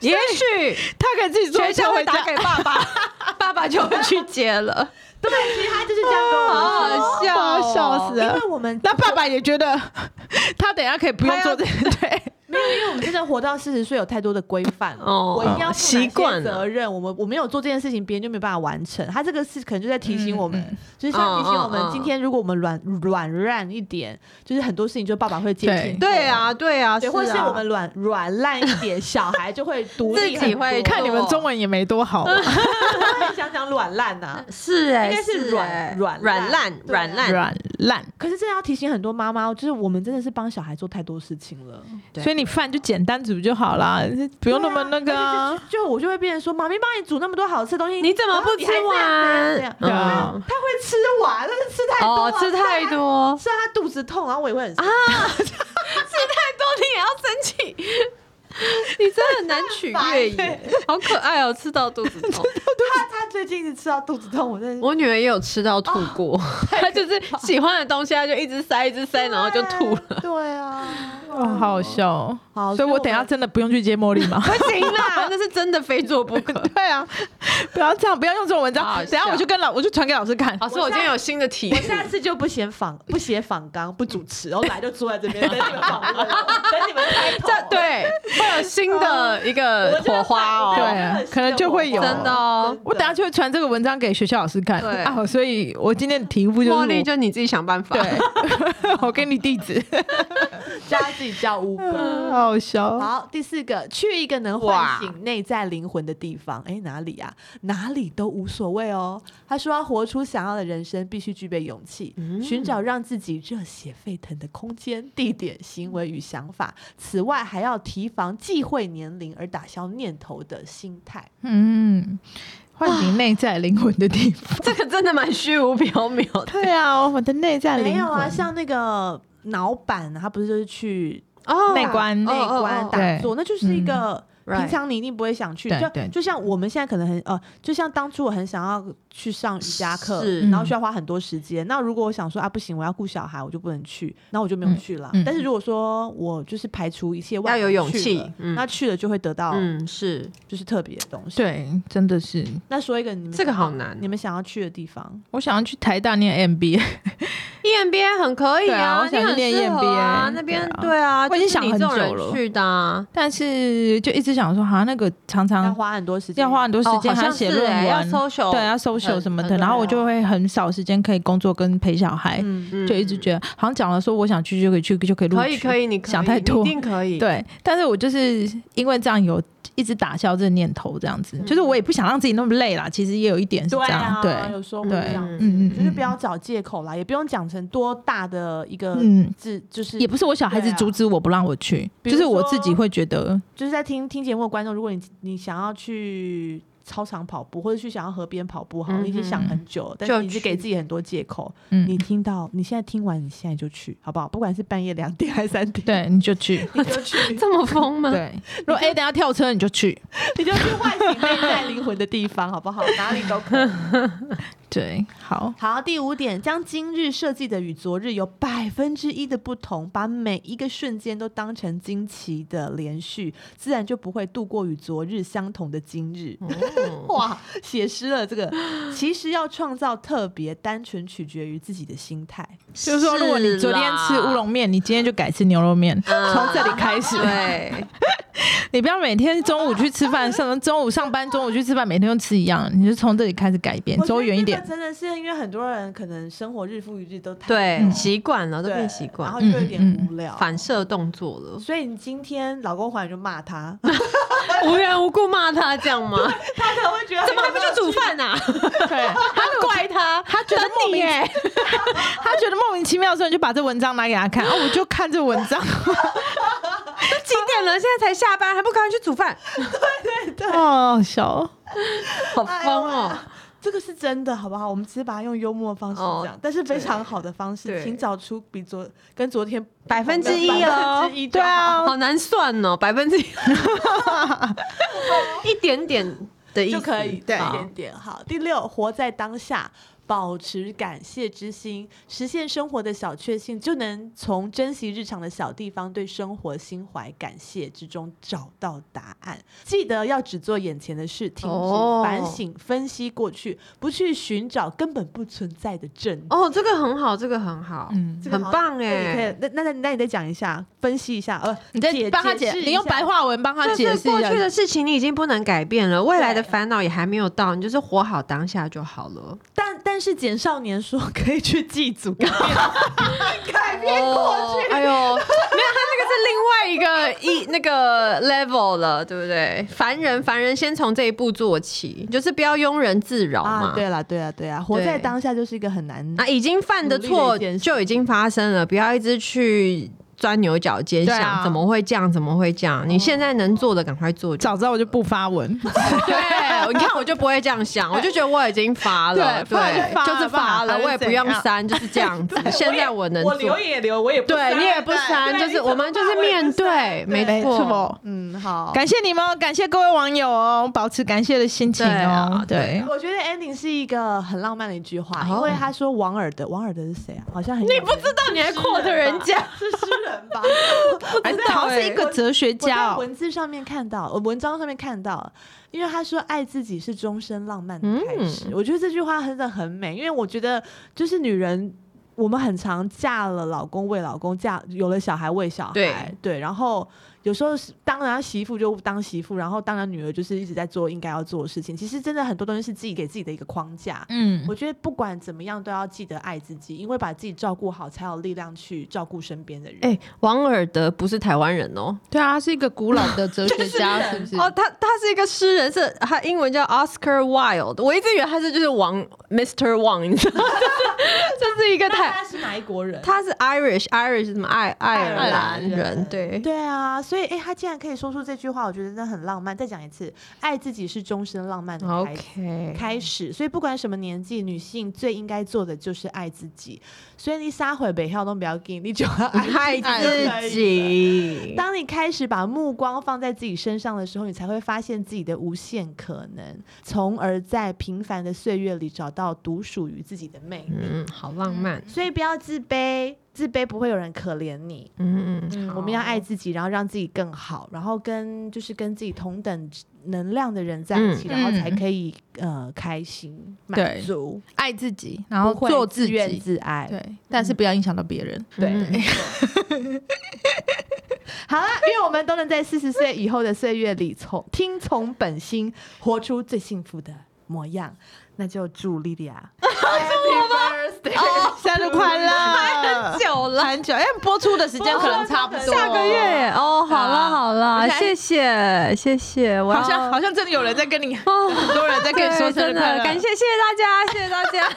S4: 也许
S3: 她可以自己坐
S4: 学
S3: 车
S4: 校
S3: 回
S4: 会
S3: 家
S4: 打。给爸爸， 爸爸就会去接了。
S1: 对，其实他就是这样跟我
S4: 好
S1: 们说。
S4: 好笑
S3: 把
S4: 哦、
S3: 我笑死
S1: 因
S3: 了
S1: 为我们
S3: 那爸爸也觉得他等一下可以不用
S1: 他
S3: 做
S1: 要
S3: 这对，
S1: 没有，因为我们真的活到四十岁，有太多的规范了。
S4: 哦
S1: 我一定要负哪些
S4: 习惯了
S1: 责任。我们我没有做这件事情，别人就没办法完成。他这个事可能就在提醒我
S4: 嗯
S1: 们，就是像提醒我们，
S4: 嗯嗯嗯
S1: 今天如果我们软软烂一点，就是很多事情就爸爸会接
S3: 对
S1: 近。
S4: 对。啊，对啊，
S1: 对，
S4: 啊
S1: 或是我们软软烂一点，小孩就会独立
S4: 自己会
S1: 很多
S4: 看
S3: 看你们中文也没多好吧，
S1: 想讲软烂啊呐、
S4: 是哎、
S1: 应该是软
S4: 哎
S1: 软
S4: 软
S1: 烂
S4: 烂
S1: 对啊
S4: 软烂，
S3: 软烂。
S1: 可是真的要提醒很多妈妈哦，就是我们真的是帮小孩做太多事情了。
S4: 对
S3: 所以你饭就简单煮就好啦，不用那么那个啊。
S1: 就我就会变成说，妈咪帮你煮那么多好吃的东西，
S4: 你怎么不吃
S1: 然后？你还
S4: 完
S1: 这样这样这样
S4: 嗯
S1: 他会吃完，但是吃太多了，啊
S4: 哦，吃
S1: 所
S4: 太
S1: 以
S4: 多啊
S1: 他，，虽然啊他肚子痛，然后我也会很生气
S4: 吃 太多你也要生气， 你真的很难取 悦耶，好可爱哦，吃到肚子 痛。
S1: 他他最近一直吃到肚子痛，我真的是
S4: 我女儿也有吃到吐过，她就是喜欢的东西，她就一直塞一直塞，然后就吐了。。
S1: 哎对 啊，
S3: 哦，好好笑哦。
S1: 好
S3: 所以我等一下真的不用去接茉莉 吗？
S4: 不行啦， 那是真的非做不可。
S3: 对啊，不要这样，不要用这种文章
S4: 好好。
S3: 等一下
S4: 笑
S3: 我就跟老，我就传给老师看。
S4: 老师，我今天有新的题
S1: 我
S4: 目，
S1: 下次就不写访，不写访纲，不主持，然后来就坐在这边等你们访问，等你们开头。
S4: 这对会有新的一
S1: 呃
S4: 个火花
S1: 我
S4: 哦
S1: 觉，得
S3: 对啊
S1: 很新的
S3: 可能就会有
S1: 火花
S4: 真的哦。
S3: 我等一下就会传这个文章给学校老师看。
S4: 对
S3: 啊，所以我今天的题目就是我
S4: 茉莉，就你自己想办法。
S3: 对， 我给你地址。
S1: 叫他自己 叫 u b
S3: 好好笑。
S1: 好，第四个，去一个能唤醒内在灵魂的地方。哎，哪里啊？哪里都无所谓哦。他说，要活出想要的人生，必须具备勇气，
S4: 嗯
S1: 寻找让自己热血沸腾的空间、地点、行为与想法。此外，还要提防忌讳年龄而打消念头的心态。
S3: 嗯，唤醒内在灵魂的地方。
S4: 这个真的蛮虚无缥缈 的
S3: 对啊，我的内在
S1: 没
S3: 灵
S1: 有啊，
S3: 魂。
S1: 像那个老板，他不是就是去
S4: 哦
S3: 内观
S1: 内
S3: 哦
S1: 观打坐，那就是一个
S4: 嗯
S1: 平常你一定不会想去。
S3: Right 对
S1: 就
S3: 对
S1: 就像我们现在可能很呃，就像当初我很想要去上瑜伽课，
S4: 是
S1: 然后
S3: 嗯
S1: 需要花很多时间。那如果我想说啊不行，我要顾小孩，我就不能去，那我就没有去了
S3: 嗯。嗯
S1: 但是如果说我就是排除一切外
S4: 要有勇气
S1: 去了
S4: 嗯
S1: 那去了就会得到
S4: 嗯，是
S1: 就是特别的东西。
S3: 对，真的是，
S1: 那说一个你们
S4: 这个好难哦
S1: 你。们想要去的地方，
S3: 我想要去台大念 MBA。
S4: EMBA 很可以
S3: 对啊我
S4: 你
S3: 想去
S4: 很
S3: 练
S4: 适合啊
S3: EMBA
S4: 那边
S3: 对啊
S4: 对啊，
S3: 我已经
S4: 就是
S3: 想
S4: 你
S3: 很
S4: 这种
S3: 久
S4: 人
S3: 了
S4: 去的啊。
S3: 但是就一直想说，好像那个常
S1: 要
S3: 常
S1: 花很多时间，
S3: 要花很多时间，
S4: 哦好
S3: 还
S4: 像
S3: 写
S4: 是
S3: 论
S4: 欸
S3: 文，
S4: 要 social，
S3: 对，啊要 social
S4: 很
S3: 什么
S4: 很
S3: 的，然后我
S4: 重
S3: 就会很少时间可以工作跟陪小孩，
S1: 嗯。
S4: 嗯
S3: 就一直觉得好像讲了说我想去就可以去就可以录
S4: 可以可以，你可以
S3: 想太多
S4: 你一定可以。，
S3: 对，但是我就是因为这样有一直打消这个念头，这样子，就是我也不想让自己那么累啦。其实也有一点是
S1: 嗯对
S3: 这
S1: 啊
S3: 样，，对，
S1: 有时候会
S3: 对
S1: 这，样
S3: 嗯
S1: 子，
S3: 嗯
S1: 就是
S3: 嗯
S1: 不要找借口啦，也不用讲成多大的一个
S3: 嗯，
S1: 自就是
S3: 也不是我小孩子
S1: 对啊
S3: 阻止我不让我去，
S1: 比
S3: 就是
S1: 如
S3: 我
S1: 说
S3: 自己会觉得，
S1: 就是在听听节目的观众，如果你你想要去操场跑步，或者去想要河边跑步，好，
S4: 嗯
S1: 你已经想很久，但是
S4: 就
S1: 你是
S4: 去
S1: 给自己很多借口。你
S3: 嗯，
S1: 听到，你现在听完，你现在就去，好不好？不管是半夜两点还是三点，，，
S3: 对，你就去
S1: 你就 去，
S4: 这么疯吗？
S3: 对，如果 A 等一下跳车你就去，
S1: 你就去唤醒内在灵魂的地方，好不好？哪里都 可以。
S3: 对，好，
S1: 好，第五点，将今日设计的与昨日有百分之一的不同，把每一个瞬间都当成惊奇的连续，自然就不会度过与昨日相同的今日。
S3: 哦
S1: 哇， 写诗了这个。其实要创造特别，单纯取决于自己的心态。
S3: 就是说，如果你昨天吃乌龙面，你今天就改吃牛肉面，
S1: 嗯
S3: 从这里开始。
S4: 对，
S3: 你不要每天中午去吃饭，什么中午上班，中午去吃饭，每天都吃一样，你就从这里开始改变，走远一点
S1: 我。觉得这个真的是因为很多人可能生活日复一日都太
S4: 对，
S3: 嗯
S4: 习惯了，都
S1: 对
S4: 变习
S1: 然
S4: 惯
S1: 后，就有点
S3: 嗯嗯嗯
S1: 无聊。。
S4: 反射动作 了
S1: 所以你今天老公回来就骂他，
S4: 无缘无故骂他这样吗？
S1: 他可能会觉得
S4: 怎么还不去煮饭呐？
S3: 对，
S4: 他怪他，
S3: 他觉得
S4: 等
S3: 莫
S4: 你
S3: 名
S4: 耶，
S3: 他 觉得莫名其妙的时候，你就把这文章拿给他看，哦，我就看这文章，
S4: 几点点了，现在才下班，还不赶快去煮饭，
S3: 哦，笑哦。
S4: 好疯哦！
S1: 这个是真的，好不好？我们只是把它用幽默的方式讲，
S4: 哦
S1: 但是非常好的方式，
S4: 对
S1: 请找出比昨跟昨天
S2: 百分之一
S1: 百
S2: 哦
S1: 分之一，就
S2: 对
S1: 好
S2: 啊，
S4: 好难算哦，百分之 一点点的意思
S1: 就可以，
S2: 对
S1: 一点点好。第六，活在当下，保持感谢之心，实现生活的小确幸，就能从珍惜日常的小地方，对生活心怀感谢之中找到答案。记得要只做眼前的事，停止
S4: 哦
S1: 反省、分析过去，不去寻找根本不存在的证据。
S4: 哦，这个很好，这个很好，
S3: 嗯
S1: 这个
S4: 很
S1: 好
S4: 棒
S1: 那你可
S4: 哎
S1: 以。，那那那那你再讲一下，分析一下，呃，
S3: 你再
S1: 解
S3: 帮他
S1: 解
S3: 解
S1: 释，一
S3: 你用
S1: 下
S3: 白话文帮他
S4: 就
S3: 解
S4: 是
S3: 释
S4: 过
S3: 一下
S4: 去。的事情你已经不能改变了，未来的
S1: 对
S4: 烦恼也还没有到，你就是活好当下就好了。
S1: 但但是简少年说 可以去祭祖，
S4: 改变过去，哎呦，没有，他那个是另外一个一那个 level 了，对不对？凡人，凡人先从这一步做起，就是不要庸人自扰嘛。
S1: 啊，对啦，对啦，对啦，活在
S4: 对
S1: 当下就是一个很难。
S4: 啊，已经犯的
S1: 努力的
S4: 错
S1: 一件事
S4: 就已经发生了，不要一直去钻牛角尖，
S3: 对
S4: 想、
S3: 啊
S4: 怎么会这样，怎么会这样？你现在能做的，赶快做就好。
S3: 早知道我就不发文，
S4: 对，你看我就不会这样想，我就觉得我已经发了，
S3: 对
S4: 对，
S3: 发了就发了
S4: 就是发
S3: 不然还
S4: 了，
S3: 能
S4: 我也不
S3: 怎
S4: 用
S3: 样
S4: 删，就是这样子。现在我能
S1: 我
S4: 做
S1: 留，也留，我也不
S4: 对
S1: 删
S4: 你也不删，
S1: 对
S4: 就是
S1: 你
S4: 我
S1: 怎么
S4: 们
S1: 办
S4: 就是
S1: 我也
S4: 面
S1: 不删
S4: 对，没
S3: 没
S4: 错。
S3: 错。
S1: 嗯，好。
S3: 感谢你们哦，感谢各位网友哦，保持感谢的心情
S4: 对
S3: 哦
S4: 啊。
S3: 对，
S1: 我觉得 ending 是一个很浪漫的一句话，
S4: 哦
S1: 因为他说王尔德，王尔德是谁啊？好像很你不知
S4: 那你还扩的
S3: 啊
S4: 人家，
S1: 是诗人吧？
S3: 还是好
S4: 哎
S3: 像是一个哲学
S1: 我
S3: 家
S1: 在
S3: 哦。
S1: 文字上面看到，呃文章上面看到，因为他说爱自己是终身浪漫的开始，
S4: 嗯
S1: 我觉得这句话真的很美，因为我觉得就是女人。我们很常嫁了老公为老公，嫁有了小孩为小孩，
S4: 对
S1: 然后有时候是当然媳妇就当媳妇，然后当然女儿就是一直在做应该要做的事情。其实真的很多东西是自己给自己的一个框架，
S3: 嗯
S1: 我，觉得不管怎么样都要记得爱自己，因为把自己照顾好，才有力量去照顾身边的人。
S4: 哎，王尔德不是台湾人哦，
S3: 对啊，他是一个古老的哲学 家，是不是？
S4: 哦，他他是一个诗人，是他英文叫 Oscar Wilde，我一直以为他是就是王 Mr. Wang，你知道吗， 就是就是一个
S1: 那
S4: 太
S1: 他是哪一国人？
S4: 他是 Irish，Irish 是什么爱爱尔兰
S1: 爱尔兰
S4: 人
S1: 人，
S4: 对。
S1: 对啊，所以哎、他竟然可以说出这句话，我觉得真的很浪漫。再讲一次，爱自己是终身浪漫的开始。
S4: OK，
S1: 开始，所以不管什么年纪，女性最应该做的就是爱自己。所以你撒回北漂都不要紧，你就要爱
S4: 爱自己，
S1: 当你开始把目光放在自己身上的时候，你才会发现自己的无限可能，从而在平凡的岁月里找到独属于自己的魅力。
S4: 嗯，好浪漫，
S1: 所以不要自卑，自卑不会有人可怜你。
S4: 嗯嗯，
S1: 嗯，我们要
S3: 哦
S1: 爱自己，然后让自己更好，然后跟就是跟自己同等能量的人在一起，
S3: 嗯
S1: 然后才可以呃开心满
S3: 对
S1: 足，
S3: 爱自己，然后
S1: 不会
S3: 做自
S1: 怨
S3: 己，
S1: 自爱。
S3: 对，但是不要影响到别人。
S1: 对
S4: 嗯
S1: 没好啦，因为我们都能在四十岁以后的岁月里从听从本心，活出最幸福的模样。那就祝莉莉 亚 Happy Birthday！
S3: 生日快乐！
S4: 久 了，
S3: 很久，因为哎播出的时间可能差不多。
S4: 下个月耶哦，好
S3: 对
S4: 了
S3: 啊
S4: 好了，
S3: 而且还
S4: 谢谢谢谢，我要
S3: 好像好像真的有人在跟你，很多人在跟你
S4: 对，
S3: 说生
S4: 真
S3: 日
S4: 的
S3: 快乐，
S4: 感谢谢谢大家，谢谢大家。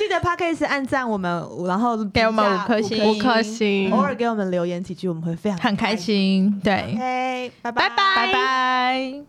S1: 记得 Podcast 按赞我们，然后
S3: 给我们
S1: 评价
S3: 啊五颗星
S4: 五颗星
S1: 偶尔给我们留言几句，我们会非常
S3: 很开。心。对，
S1: OK，拜
S3: 拜拜拜。